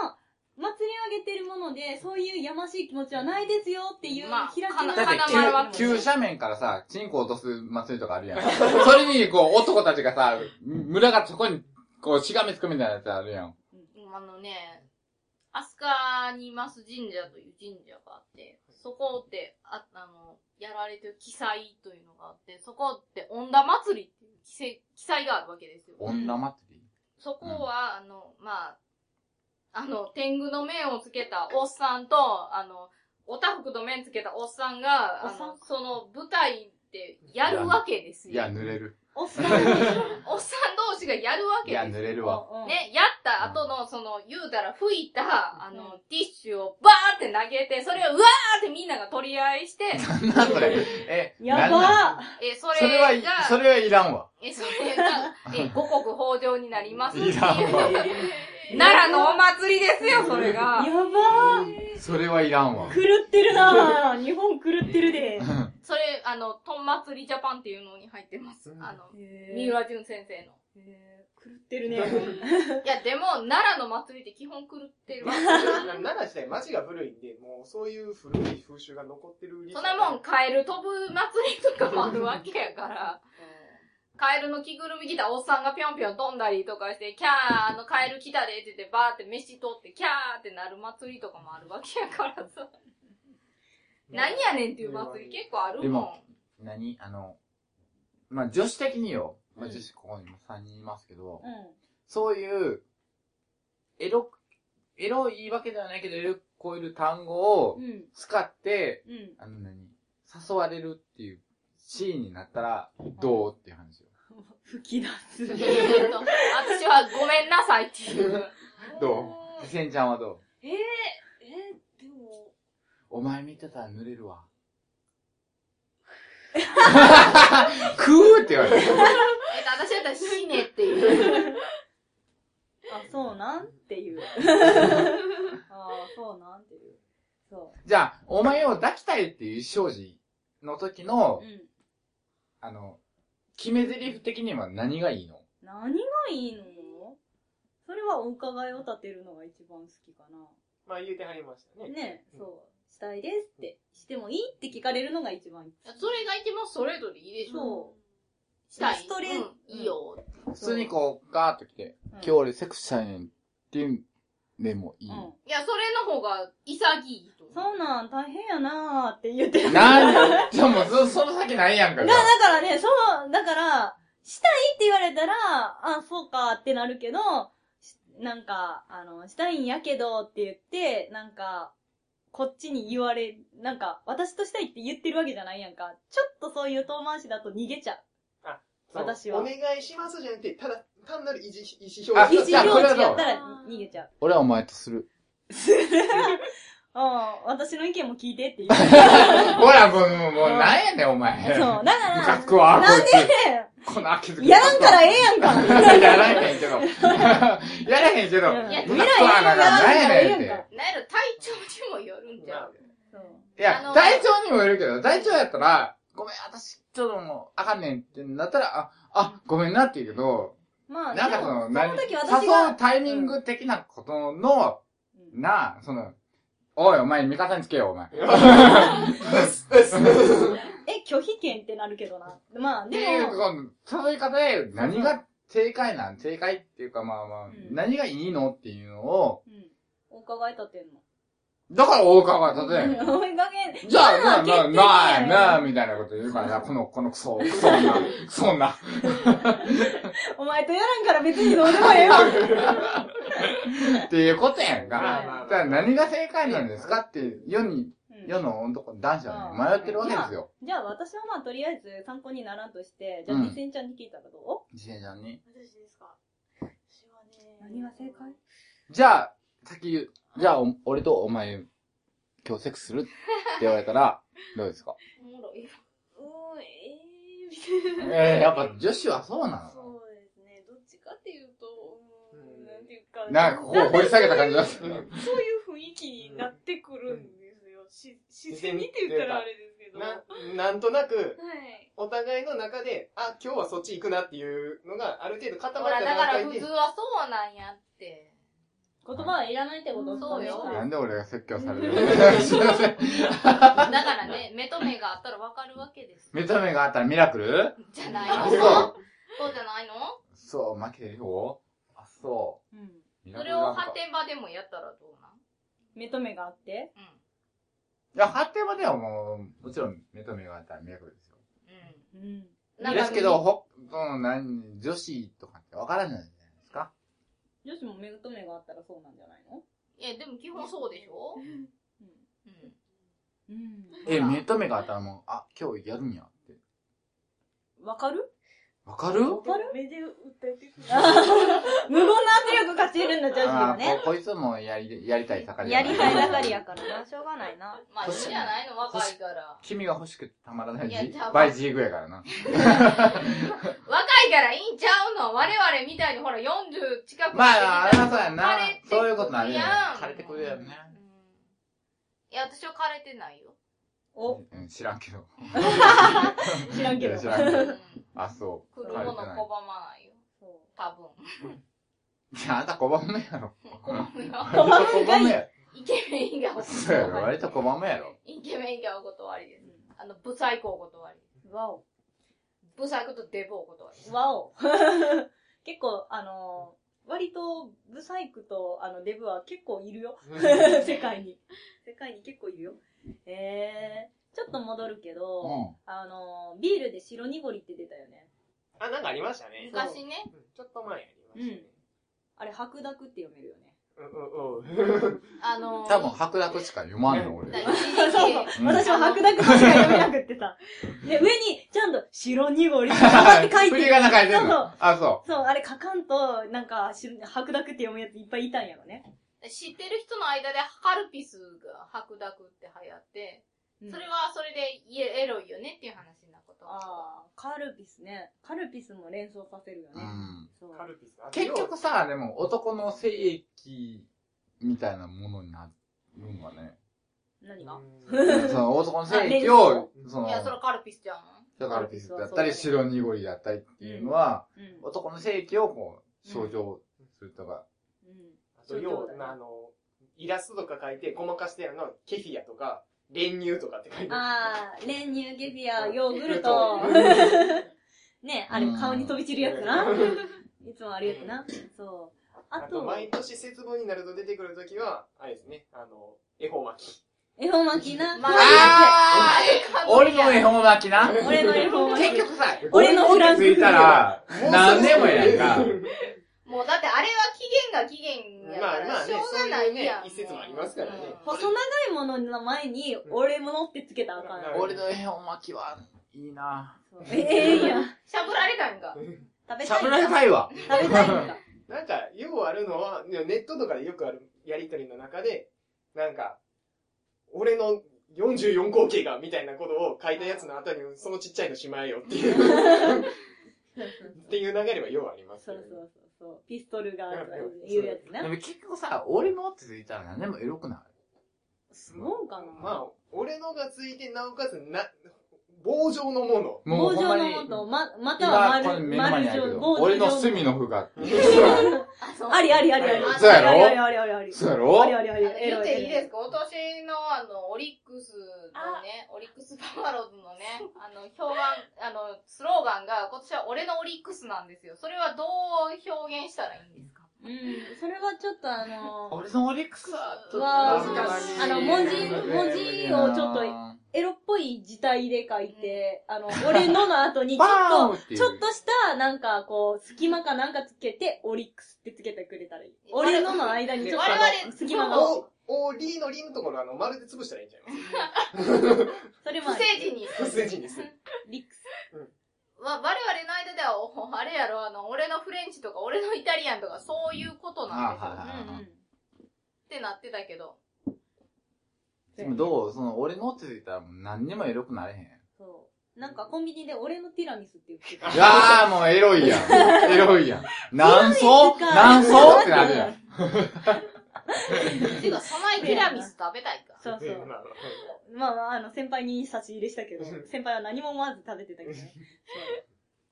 はまあ、祭り上げてるもので、そういうやましい気持ちはないですよっていう、
まあ
開き直
だっ
り
か
て
な
の
花丸は
急、急斜面からさ、チンコ落とす祭りとかあるやん。それに、こう、男たちがさ、村がそこに、こう、しがみつくみたいなやつあるやん。
あのね、飛鳥にいます神社という神社があって、そこって、あ、あの、やられてる記載というのがあって、そこって女祭りっていう記載記載があるわけですよ。
女祭り
そこは、あの、まあ、あの、天狗の面をつけたおっさんと、あの、おたふくの面つけたおっさんが、あ
おっさ
の、その舞台でやるわけですよ。
いや、濡れる。
おっ さんの
おっさん同士がやるわ
い
け
や、
です
濡
よ。
れ るわ。
うん
ね、やった後の、その、言うたら吹いた、あ
う
の、ティッシュをバーって投げて、それをうわーってみんなが取り合いして、
なんそれ。え、
や
なんなん
ば
え、
そ
そ
れ
れ
は
が、
い、それはいらんわ。
え、それが、え、五穀豊穣になりますってい、
いうらんわ。
奈良のお祭りですよ、それが。
やばー
それはいらんわ。
狂ってるなぁ日本狂ってるで。
それ、あの、トン祭りジャパンっていうのに入ってます。
うん
あの、三
へ
浦淳先生の。
ーへー狂ってるね。
いや、でも、奈良の祭りって基本狂ってるわ。
奈良自体町が古いんで、もうそういう古い風習が残ってる
そんなもん、カエル飛ぶ祭りとかもあるわけやから。カエルの着ぐるみ着たおっさんがぴょんぴょん飛んだりとかして、キャー、あのカエル来たでって言って、バーって飯取って、キャーってなる祭りとかもあるわけやからさ。何やねんっていう祭り結構ある
で
もん。
も 何あの、まあ、女子的によ。まあ、
うん
女子ここにも3人いますけど、
う
そういう、エロ、エロい言い訳ではないけど、エロく超える単語を
ん。うん。
使って、
うん。
あの何、誘われるっていうシーンになったら、どうっていう話よ。
吹き出す。
えーと私はごめんなさいっていう。
どうせんちゃんはどう
えー、えー、でも、
お前見てたら濡 れるわ。 クーって言われる。
えっと、私だったら死ねっていう。
あ、そうなんっていう。ああ、そうなんっていう。そ
じゃあ、お前を抱きたいっていう生児の時の
う。う、ん。
あの、決め台詞的には何がいいの
何がいいのそれはお伺いを立てるのが一番好きかな。
まあ言うてはりましたね。
ねそう。したいですって。してもいいって聞かれるのが一番いい。
それが一番ストレートでいいでしょ。
そ
したい。
ストレート
うんいいよ。
普通にこう、ガーッと来て、
う。
今日俺セックスしたいねんっていうでもいい。
うん。
いや、それの方が潔いと思う。
そうなん、大変やなーって言ってる。
なんじゃあもうそその先ないやんか。
だ
じゃあ
だからね、そう、だから、したいって言われたら、あ、そうかってなるけど、しなんか、あの、したいんやけどって言って、なんか、こっちに言われ、なんか、私としたいって言ってるわけじゃないやんか。ちょっとそういう遠回しだと逃げちゃう。
その
私は
お願いしますじゃなくて、ただ単なる意思意思
あ
表
一
示
じゃあ
両
これは
地
どう
やったら逃げちゃう。
俺はお前とする。
うん、私の意見も聞いてって言 う。
ほら、もう、もう、もうなんやねん、お前。
そう、だか
ム
ら
カ、つくわ、こ
なんで
いつ。この飽きずき。
やらんからええやんか。
やらへんけど。やらへんけど。
うん
いや
ムカつくわ、なんか、なんやね
やらんからええや
んっ
んか。
て
なんやろ、体調にもよるんじゃん。
そう
いや
あ、の
体調にもよるけど、体調やったら、ごめん、私、ちょっともう、あかんねんってなったら、あ、あ、ごめんなって言うけど、
まあ、
なんかその、
でもその
何
時私
誘う
が、
タイミング的なことの、
うん
な、その、おい、お前、味方につけよ、お前。
え、拒否権ってなるけどな。まあ、
って
で
いう、
も、
この、誘い方で、何が正解なん正解っていうか、まあまあ、
うん
何がいいのっていうのを、
うん。お伺い立てんの。
だから大川が立てん。
おいかげ
じゃあ、なあ、
ま
な
あ
あ、
まあ
なあ、
決定
なあ、みたいなこと言 うからな、この、このクソ、クソな、クソな。
お前とやらんから別にどうでもえ えわ。
っていうことやん
ま
は
か。
い
あまあ
だから何が正解なんですかって、世に、世の男、男子はね、迷ってるわけですよ。
じゃあ私はまあとりあえず参考にならんとして、じゃあ
うん
実践ちゃんに聞いたらどう
自転車に。
私ですか私はね、
何が正解
じゃあ、先言う。じゃあ、お俺とお前、今日セックスするって言われたら、どうですか
おもろい。
うーん、えー、みたいな。
えー、やっぱ女子はそうなの
そうですね。どっちかっていうと、うー、
うんん
なんていうか、
なんかここを掘り下げた感じがする。
そういう雰囲気になってくるんですよ。し自然にって言ったらあれですけど。は
な、なんとなく、
い。
お互いの中で、あ、今日はそっち行くなっていうのが、ある程度固
ほ
まっ
ら、
た
だから
段
普
階で
通、はそうなんやって。
言葉はいらないってこと
そうよ
なんで俺が説教される
だからね、目と目があったらわかるわけです。
目と目があったらミラクル
じゃないの
あ、
そ
そ
う
う。
じゃないの
そう、負けてるよ。あ、そ
うん。
う。ミラ
そ
ク
れ
ルな
を
んか
発展場でもやったらどうなん
目と目があって。
いや、発展まではもう、もちろん目と目があったらミラクルですよ。
う
うん。
ん。うん。
ですけど、、ほ、うん、何、女子とかってわからないじゃないですか。
女子も目と目があったらそうなんじゃないの
え、でも基本そうでしょうん。
うん。
え、目と目があったらもう、あ、今日やるんやって。
わかる
わかる
目で訴えてくる。
無言の圧力が強いるんだ、ジャジー
あ
は
あ
ね
ー、。ここいつもやり、やりたい盛りだ
や
ね
りたいばかりやからな、しょうがないな。
まあ、いいじゃないの若いから。
君が欲しくてたまらない
いや
ジ
たま
バイジーグやからな。
若いからいいんちゃうの我々みたいにほら40近く
まあ、あれはそうやんな
枯れて。くる
そういうことなるよね
やん。
枯れてくるやんね。
うんいや、私は枯れてないよ。
お、
うん知らんけど。
知らんけど。
いや知
そ
らんけ
う
ど
ん。
あ、そ
来るもの拒まないよ。
う
多分。
う。いや、あんた5番目やろ。
拒むよ。
割と5番目やろ。
イケメンがお
そうやろ、
断り
割。と5番目やろ。
イケメンがお断りです。あの、ブサイクお断り。
わお。
ブサイクとデブお断り。
わお。 結構、あのー割と、ブサイクと、あの、デブは結構いるよ。 世界に。世界に結構いるよ。えー、ちょっと戻るけど、
う
あのービールで白濁りって出たよね。
あ、なんかありましたね。
昔ね、
うんちょっと前やりましたね。
あれ、白濁って読めるよね。
うんうんうん。
あの
ん。
ー、
多分、白濁しか読まんの、俺。
だ
う
から 一
そうそう
時期。。
私は白濁としか読めなくって さ。で、上に、ちゃんと、白濁りって書いてある。
振りがなかれてる
そう
の。あ、そ
そう、あれ書かんと、なんか、し白濁って読むやついっぱいいたんやろね。
知ってる人の間でカルピスが白濁って流行って、
うん
それはそれでいえエロいよねっていう話になこと。
ああ、カルピスね。カルピスも連想させるよね。
う。うん。
そう
カルピス。
結局さ、でも、男の性液みたいなものになるんが ね。
何
うん、
が
その男の性液を、その
い、や、それはカルピスじゃん。
だからピスだったり、白濁りだったりっていうのは、
うん。
男の性器をこう、象徴するとか、
うん。
あと、要は、あの、イラストとか書いて、ごまかしてやるのは、ケフィアとか、練乳とかって書いてあ
ああ、練乳、ゲフィア、ヨー
る。
グルト。ね、あれ
うん
顔に飛び散るやつな。いつもあるやつな。そう。あ
あと、
と、
毎年節分になると出てくるときは、あれですね、あの、恵方巻き。
恵方巻きな。
まあ
あ
あ
俺の恵
本。
方巻き な。
俺の恵方巻き
結局さ、
俺のフランス
ついたら、何でもやんか。
もうだってあれは期限が期限やから、
まあまあね
しょうがないや
そう
ん。
いうね一説もありますからね
細長いものの前に、俺ものってつけたらあかんやろ。
俺の恵方巻きは、いいな
ええいやん。
しゃぶられたんか。
食べ
したゃ
い
ぶ
ん
られ
だ。
たいわ。
食べたいん だ。
なんか、ようあるのは、ネットとかでよくあるやりとりの中で、なんか、俺の44口径が、みたいなことを書いたやつの後に、そのちっちゃいのしまえよっていう、っていう流れはようあります
そ
よ
う
ね。
そうそうそう。ピストルが言うやつ
で
な。
も結局さ、俺のってついたら何でもエロくな
そうかな。
まあ、俺のがついて、なおかつ、な、棒状のもの。
る。も
棒
うほん
状
ま
の
に、
もの、ま、または
今、こ
丸、
の目の前
丸
にあるけ
状、
ど、
棒
俺の
状
隅の符 が。
あ、そう。
ありありありあり。
そうやろ
ありありありありあり。
そうや
あり
ろ
ありあり。エ
言
ロ
っていいです
エ
か今年のあの、オリックスのね、オリックスパワローズのね、あの、評判、あの、スローガンが今年は俺のオリックスなんですよ。それはどう表現したらいいんですか
ロ。うん。それはちょっとあの、
俺のオリックスは、ちょっと
わ
恥ずかしい
あの文字文字をちょっとエロっぽい字体で書いて、あの、俺のの後に、ちょっ
っ
と、ちょっとした、なんか、こう、隙間かなんかつけて、オリックスってつけてくれたらいい。俺のの間にちょっとあ
我
の、
々
隙間が欲しい
お、お、りのりのところ、あの、丸で潰したらいいんじゃない
それも
不
あ
正
り、
字に。
不正字にする。
リックス。
わ我々の間では、おあれやろ、あの、俺のフレンチとか、俺のイタリアンとか、そういうことなんですよ。
あはいはい
うんうん。
ってなってたけど。
でもどうその、俺のって言ったらもう何にもエロくなれへん。
そう。なんかコンビニで俺のティラミスって言ってた。
いやーもうエロいやん。エロいやん。なんそう
ティラミスか
なんそうってなるやん。
てか、そないティラミス食べたいか。
そうそ
で
う。
まあ
まあまあ、あの、先輩に差し入れしたけど
うん、
先輩は何も思わず食べてたけどね。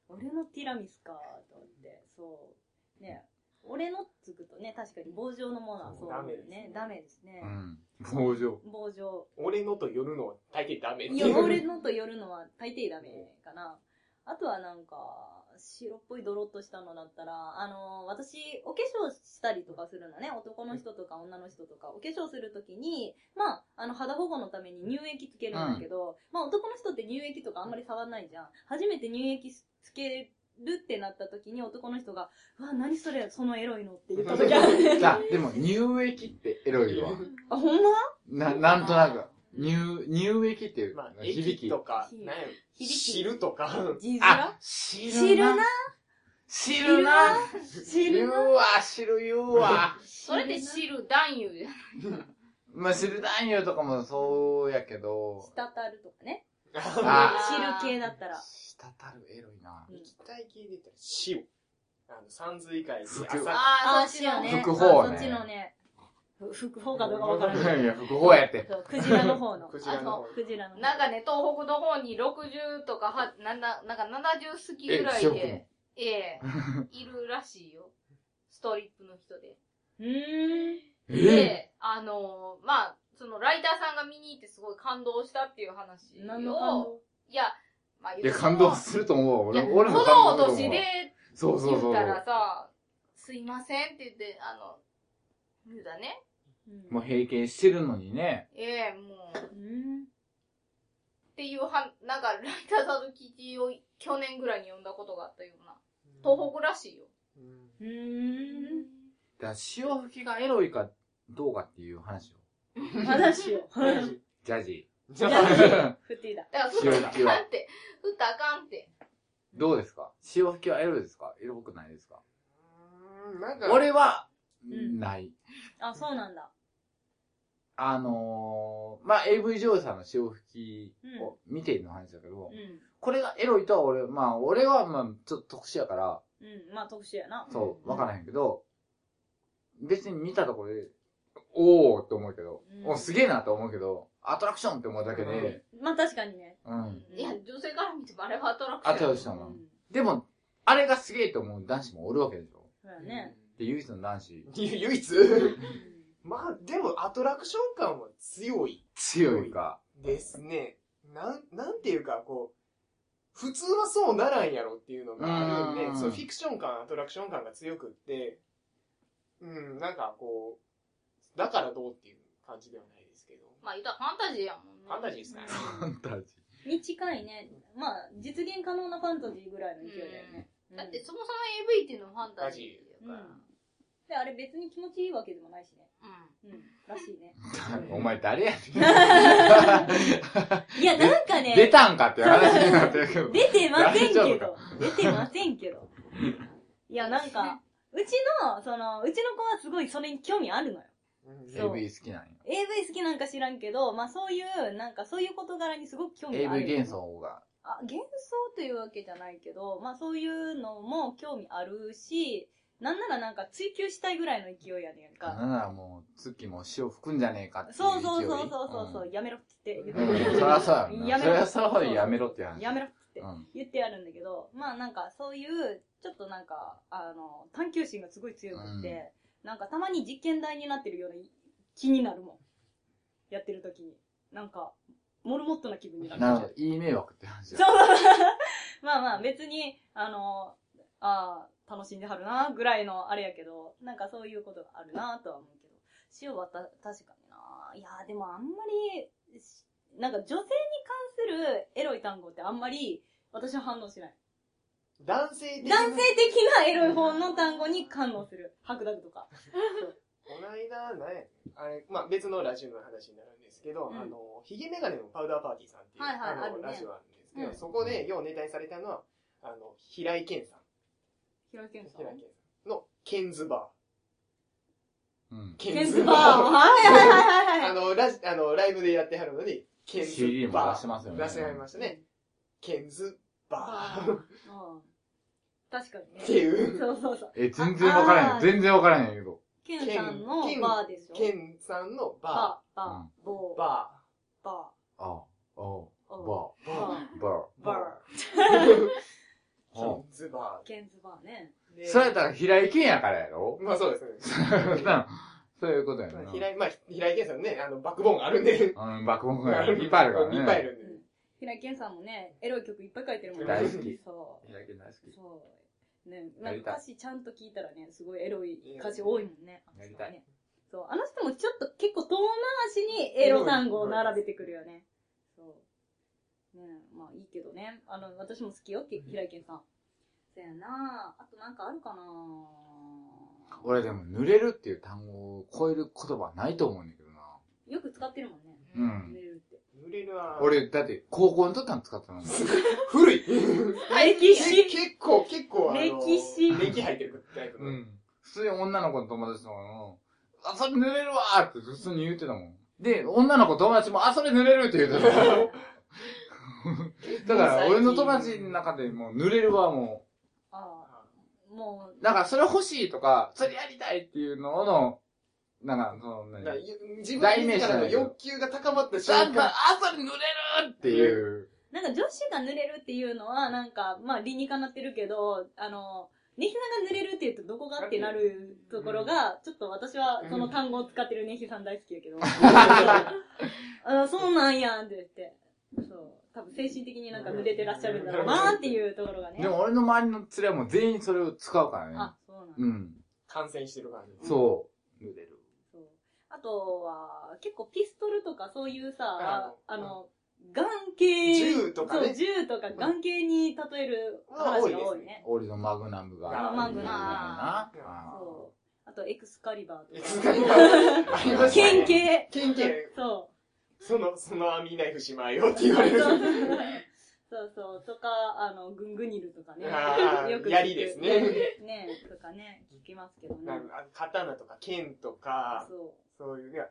そう俺のティラミスか、と思って。そう。ね俺のつくとね、確かに棒状のものはそう
ダメ
で
ですすね
ね。ダメですね
う。ん。棒状。
棒状。
俺のと寄るのは大抵ダメって
い
い
や、
う。
俺のと寄るのは大抵ダメかな。あとはなんか、白っぽいドロッとしたのだったら、あの私、お化粧したりとかするのね、男の人とか女の人とか、お化粧するときに、まあ、あの、肌保護のために乳液つけるんだけど、まあ、男の人って乳液とかあんまり触んないじゃん。初めて乳液つけるってなったときに男の人が、うわ、何それ、そのエロいのって言ったときあるね。
さ、でも乳液ってエロいわ。
あ、ほんま
な、なんとなく。乳、乳液っていう
まあ、
響
駅
き
と。か、
響き
なんや
響き
汁とか。
字面
あ、知
知るな
知るな
知るな
言うわ、知る言うわ。
それって汁男優じゃん。
まあ、知る男優とかもそうやけど。
滴るとかね。
あ
知る系だったら。
滴るエロいな。
うん
液体系で言ったら塩。あの、三髄以外に
服
朝、
あ
あ
あ、
ー、
そっ
し
ちの
よね。
福報ね
あそっちのね。ふ福報かどうかわからない。
いや、ここやって。
そうクジラの方 の。
クジラの方
あそうクジラの方。
なんかね、東北の方に60とかは、なななんか70過ぎ
え
ぐら、い
白くも
で、。ええいるらしいよ。ストリップの人で。
うーん。
で、あのーまあ、そのライターさんが見に行ってすごい感動したっていう話
何の感
を、いや、まあ、
いや、感動
い
すると思うわ。俺
や、
も、俺も
こ
感動する
のお
と思う
年で
わ。そうそう
言
そ
っ
う
た。らさ、すいませんって言って、あの、言うだね。
もう閉経してるのにね。
ええもう、っ
うん。
ていうは、なんか、ライターさんの記事を去年ぐらいに読んだことがあったような。東北らしいよ。
うん
うーん。
だから潮吹きがエロいかどうかっていう話を。
話を。
ジャジ
じゃあ、
ー。
ふっていだ。
だから、
潮
降った
吹き
らあ
は
かんって。降ったらあかんって。
どうですか潮吹きはエロいですかエロくないですか
うんな んか、
俺は、
ん
ない。
あ、そうなんだ。
あのー、まあ、AV 女優さんの潮吹きを見ているの話だけど、
うん。
これがエロいとは俺、まあ、俺はまあ、ちょっと特殊やから、
うん。まあ特殊やな。
そう、わからへんけど、別に見たところで、おーって思うけど、
うん
おすげえなと思うけど、アトラクションって思うだけで、
まあ確かにね。
うん。
いや、女性から見てもあれはアトラクション。
アトラクショ
う
ンは。
ん。
でも、あれがすげえと思う男子もおるわけでしょ
そうやね。
で、唯一の男子、
ゆ 唯一まあ、でも、アトラクション感は強い
強いか。
ですね。なん、なんていうか、こう、普通はそうならんやろっていうのがあるんで、
うん
そう、フィクション感、アトラクション感が強くって、うん、なんかこう、だからどうっていう感じではないですけど。
まあ、言ったらファンタジーやもんね。
ファンタジーですかね。
ファンタジー。
に近いね。まあ実現可能なファンタジーぐらいの勢いだよね。うん
だって、そもそも AV っていうのはファンタジーだから。
うんで、あれ別に気持ちいいわけでもないしね。
うん
うん。らしいね。
お前誰やね
いや、なんか
ん。出
ね、
たんかっていう話になってるけど。
出てませんけ
大丈夫
ど、出てませんけど。いや、なん か、うちの、その、うちの子はすごいそれに興味あるのよ。そう
AV 好きなんや。
AV 好きなんか知らんけど、まあそういう、なんかそういう事柄にすごく興味がある。
AV 幻。想が。
あ、幻想というわけじゃないけど、まあそういうのも興味あるし、なんならなんか追求したいぐらいの勢いやねんか。
なんならもう、月も塩吹くんじゃねえかってい
そう
勢い。
うそうそうそうそうそう、
う
やめろっつって言
ん。
っ
うん
て
そりゃそうや
や
ろ
め
な。そ
ろ
りゃそうややめろって話。
やめろっつって
うん。
言ってやるんだけど、まあなんかそういう、ちょっとなんか、あの、探求心がすごい強くって、なんかたまに実験台になってるような気になるもん。やってる時に。なんか、モルモットな気分になる。
なるほど。いい迷惑って話
そ
だ。
う。まあまあ別に、あの、ああ、楽しんではるな、ぐらいのあれやけど、なんかそういうことがあるな、とは思うけど。塩はた、確かにな。いやーでもあんまり、しなんか女性に関するエロい単語ってあんまり私は反応しない。
男性的な
男性的なエロい方の単語に感応する。白濁とか。
この間、なんやねあれ、まあ、別のラジオの話になるんですけど、
うん
あの、ヒゲメガネのパウダーパーティーさんっていう、
はいはい
あ
あ
の、
るね
ラジオあるんですけど、
うん
そこでようネタにされたのは、あの、平井健さん。
平井健さん
平井。健さんの、ケンズバ
うん
ー。。ケ
ケンズバー。はいはいはいはいは
あ
い。
の、ラジ、あの、ライブでやってはるので、ケンズバー。
CD も出してますよね
出してはりましたね。ケンズバー。
うん確かにね。
っていう
そうそうそう。
え、全然わから
あ
へん。全然わからへんけど。
ケンさんのバーでしょ
ケンさんのバ
バー、バー、ボ
ー。
ー、バー、
バ
バ
ああ、ああ、
ー、
バ
バー、
ー、バ
バー。
ほ
ズバ
ケンズバーね。
う
う。そうやったら平井堅やからやろ
ー。まあそうですね。
な そういうことやな。
平井、まあ、平井健さんね、あの、バックボーンがあるんで。
うん、爆音 がいっぱいあるからね。
いっぱいあるんで。
平井堅さんもね、エロい曲いっぱい書いてるもんね。
大好き
そ
平井堅大好
う。
き。
そう。ね、
や
なん
り
か
たい
歌詞ちゃんと聞いたらね、すごいエロい歌詞多いもんね。
やりたい
あの人はね。そう。あの人もちょっと結構遠回しにエロ単語を並べてくるよね。そう。ねまあいいけどね。あの、私も好きよ、き平井堅さん。そやなあとなんかあるかな
俺でも、濡れるっていう単語を超える言葉はないと思うんだけどな。
よく使ってるもんね。
う
濡
ん。
れるって。
濡れるは、、
俺、だって、高校の時から使ってたもん。
古い
歴
え結構、結構、あの、
歴史
歴入ってるタイプ
う
の。
ん。普通に女の子の友達とかも、あ、それ濡れるわーって普通に言ってたもん。で、女の子友達も、あ、それ濡れるって言っ てたもん。だから、俺の友達の中でもう濡れるわも
ああ、もう、
う、だからそれ欲しいとか、それやりたいっていうのの、なんか、その、
だから
何
自分自らの欲求が高まった
な
瞬
んか、
間、
あ、それ濡れるっていう。
なんか女子が濡れるっていうのは、なんか、まあ理にかなってるけど、あの、ネヒさんが濡れるって言うとどこがってなるところが、ちょっと私はその単語を使ってるネヒさん大 好きやけど。 あそうなんやんって言って。そう。多分精神的になんか濡れてらっしゃるんだろうなっていうところがね。
でも俺の周りの連れはもう全員それを使うからね。
あ、そうなんだ。
うん。
感染してる感じ。
そう。濡れる。
そうあとは、結構ピストルとかそういうさ、
あ
あの、眼系。
銃とかね
そう、銃とか眼系に例える話が多い
多いです
ね。
俺のマグナムが。
あマ
グナム
な
うん。
あ
そう。あと、エクスカリバー
い
と
つ
か。
かにありました
剣
ね。
系
剣系。
そ
その、その網ナイフしまえよって言
う。そ
わ
う
れる。
そうそう。とか、あの、グングニルとかね。
あー
よく聞く
槍ですね。
ねとかね、聞きますけどね。
なんか刀とか剣とか、
そ
そういう、いや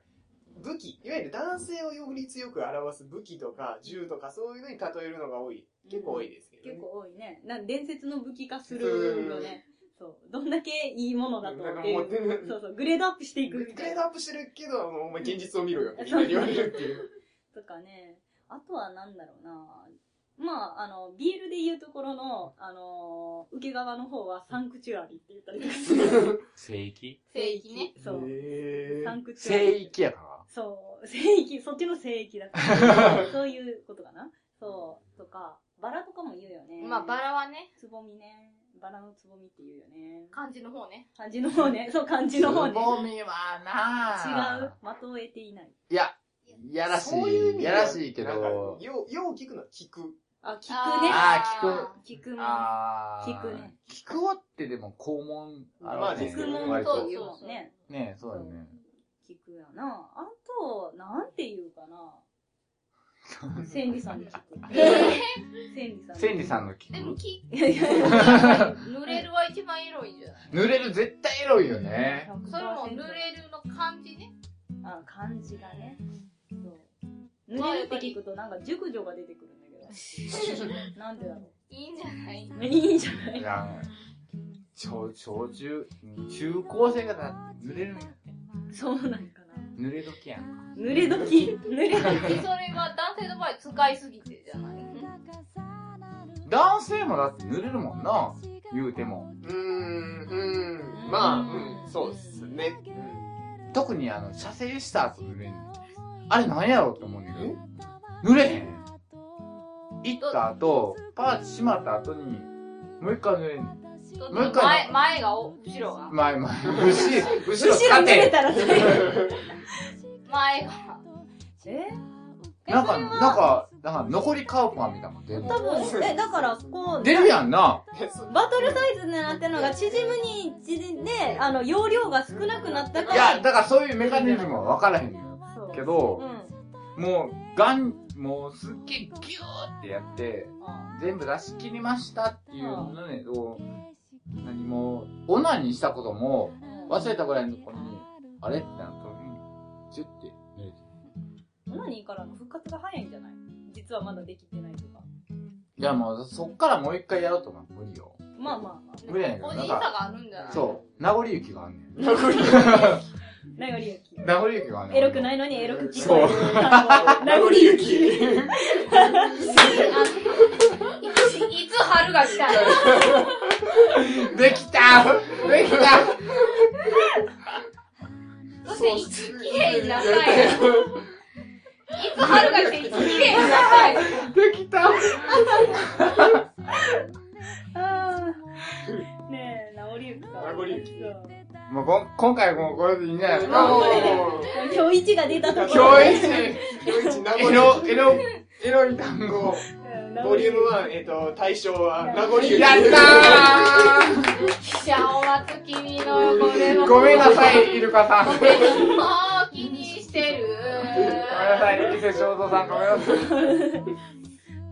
武器、いわゆる男性をより強く表す武器とか銃とかそういうのに例えるのが多い。
う。
結構多いですけ
うん
どね。
結構多いね。なん伝説の武器化するよね。そう。どんだけいいものだと
なん
っ
か
てい
もう
う。そうそう。グレードアップしていく
グ
みた
レ
い
ード
な。
アップしてるけど、お前現実を見ろよってみんなに言われるっていう。
とかね。あとはなんだろうな。まあ、あの、ビールで言うところの、あのー受け側の方はサンクチュアリって言ったりとかする。
聖域
聖域ね。
そう。
へ
サンクチュアリ。
聖域やか
そう。聖域、そっちの聖域だから。 そういうことかな。そう。とか、バラとかも言うよね。
まあ、バ。ラはね、
つぼみね。バラのつぼみって言うよね。
漢字の方ね。
漢字の方ね。そう、漢字
ら。
の方ね。
みは
違
な
う。まとえていない。
いや、やらし
そうう意味
い。
で
やらしいけ
なんか
ど。
よう、よう聞くのは聞く。
あ、聞くね。
あー
聞くもん。
あ
聞くね。
聞くおってでも肛門、あ
ま
の
あ
ね、
聞くもん
割
そう
と
言う
そう
も
そ
ん
う。
ね。
ねそうよね。
聞くやな。あと、なんて言うかな。千里さんに聞く。 千里さんに聞く。
千里さんの聞
でも、
く
き、
いやいやいや。
濡れるは一番エロいんじゃない
濡れる絶対エロいよ ね。
それも濡れるの漢字ね。
あ漢字がね。そう。濡れるって聞くとなんか熟女が出てくるんだけど。なんでだろ。
いいんじゃないう
いいんじゃないい
や、小、小中、中高生がだ濡れるんや。
そうなんかな。
濡れ時やん。
濡れ時濡れ時
それは男性の場合使いすぎてじゃない
男性もだって濡れるもんな。言うても。
うーん、うん、まあ、うん、そうですね。
特にあの、射精した後濡れんの。あれ何やろうって思うんだけど。濡れへん。行った後、パーチ閉まった後に、もう一回濡れんの。もう一回
前、前がお、後ろが。
前前、後 ろ、後
後ろ
ろ
濡
立
れ
て。
たらそれ。
前が。
え
なんか、なんか、なんか残りカーパーみたいなの出る
多分、え、だから、こう、
出るやんな。
うんそう
バトルサイズになってるのが縮むに縮んで、あの、容量が少なくなったか
い
ら。
や、だからそういうメカニズムは分からへんのよ。
そう
けど、
うん。
もう、がん、もうすっげえギューってやって、
あ
全部出し切りましたっていうのね、どう、何も、オナにしたことも、忘れたぐらいのところに、あれってなった時に、ジュッて濡れて。
オナニーからの復活が早いんじゃない実はまだできてないとか。
いやもう、そっからもう一回やろうと思う無理よ。
まあまあまあ。
無理やねんけ
お
ど、
じ
ないん
さ
か、
があるんじゃない
そう、名残雪があんねん。
名残
名残雪。
名残雪があんねん。
エロくないのにエロく聞こえる。名残
雪。
雪。
あのいついつ春が来た。
できたできた
そして、いつ綺麗 になったんや。いつ春が来て、いつ綺麗になったんや。
できた
あーねえ、直りゆきか。
直りゆき
そう
もうこん今回もうこれでいいんじゃないです
も
か
う
今日一が出たところ。
今日
一
一
今日一名
エ
残
ロ、エロ、エロい単語。
ボリューム1、えっ、と、対象は名残雪。
やった
シャオは月見の汚れ
ー
の。
ごめんなさ。い、イルカさん。ごめんな
もう気にしてる。
さい、伊勢正蔵さん、ごめんなさい。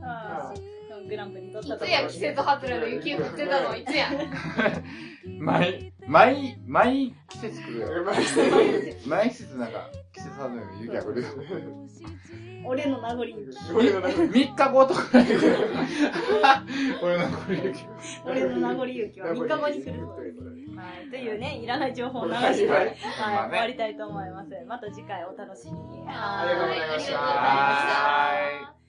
あーグランプリ取った
い
とこ
つや
ろ
季節外れの雪降ってたのいつや。
毎、毎、毎季節 来るよ。
た
毎季節なんか、季節外れの雪が来るよ。
俺の名残ゆき。
俺の名残
3日後とか に来るよ俺のこれ雪。
俺の名残ゆきは3日後に来るぞ
と。いうことで
はい、というね、いらない情報を流して、
は
はいい、
まあね
終わりたいと思います。また次回お楽しみに。は
ありがとうございました
ありがとうございました
はーい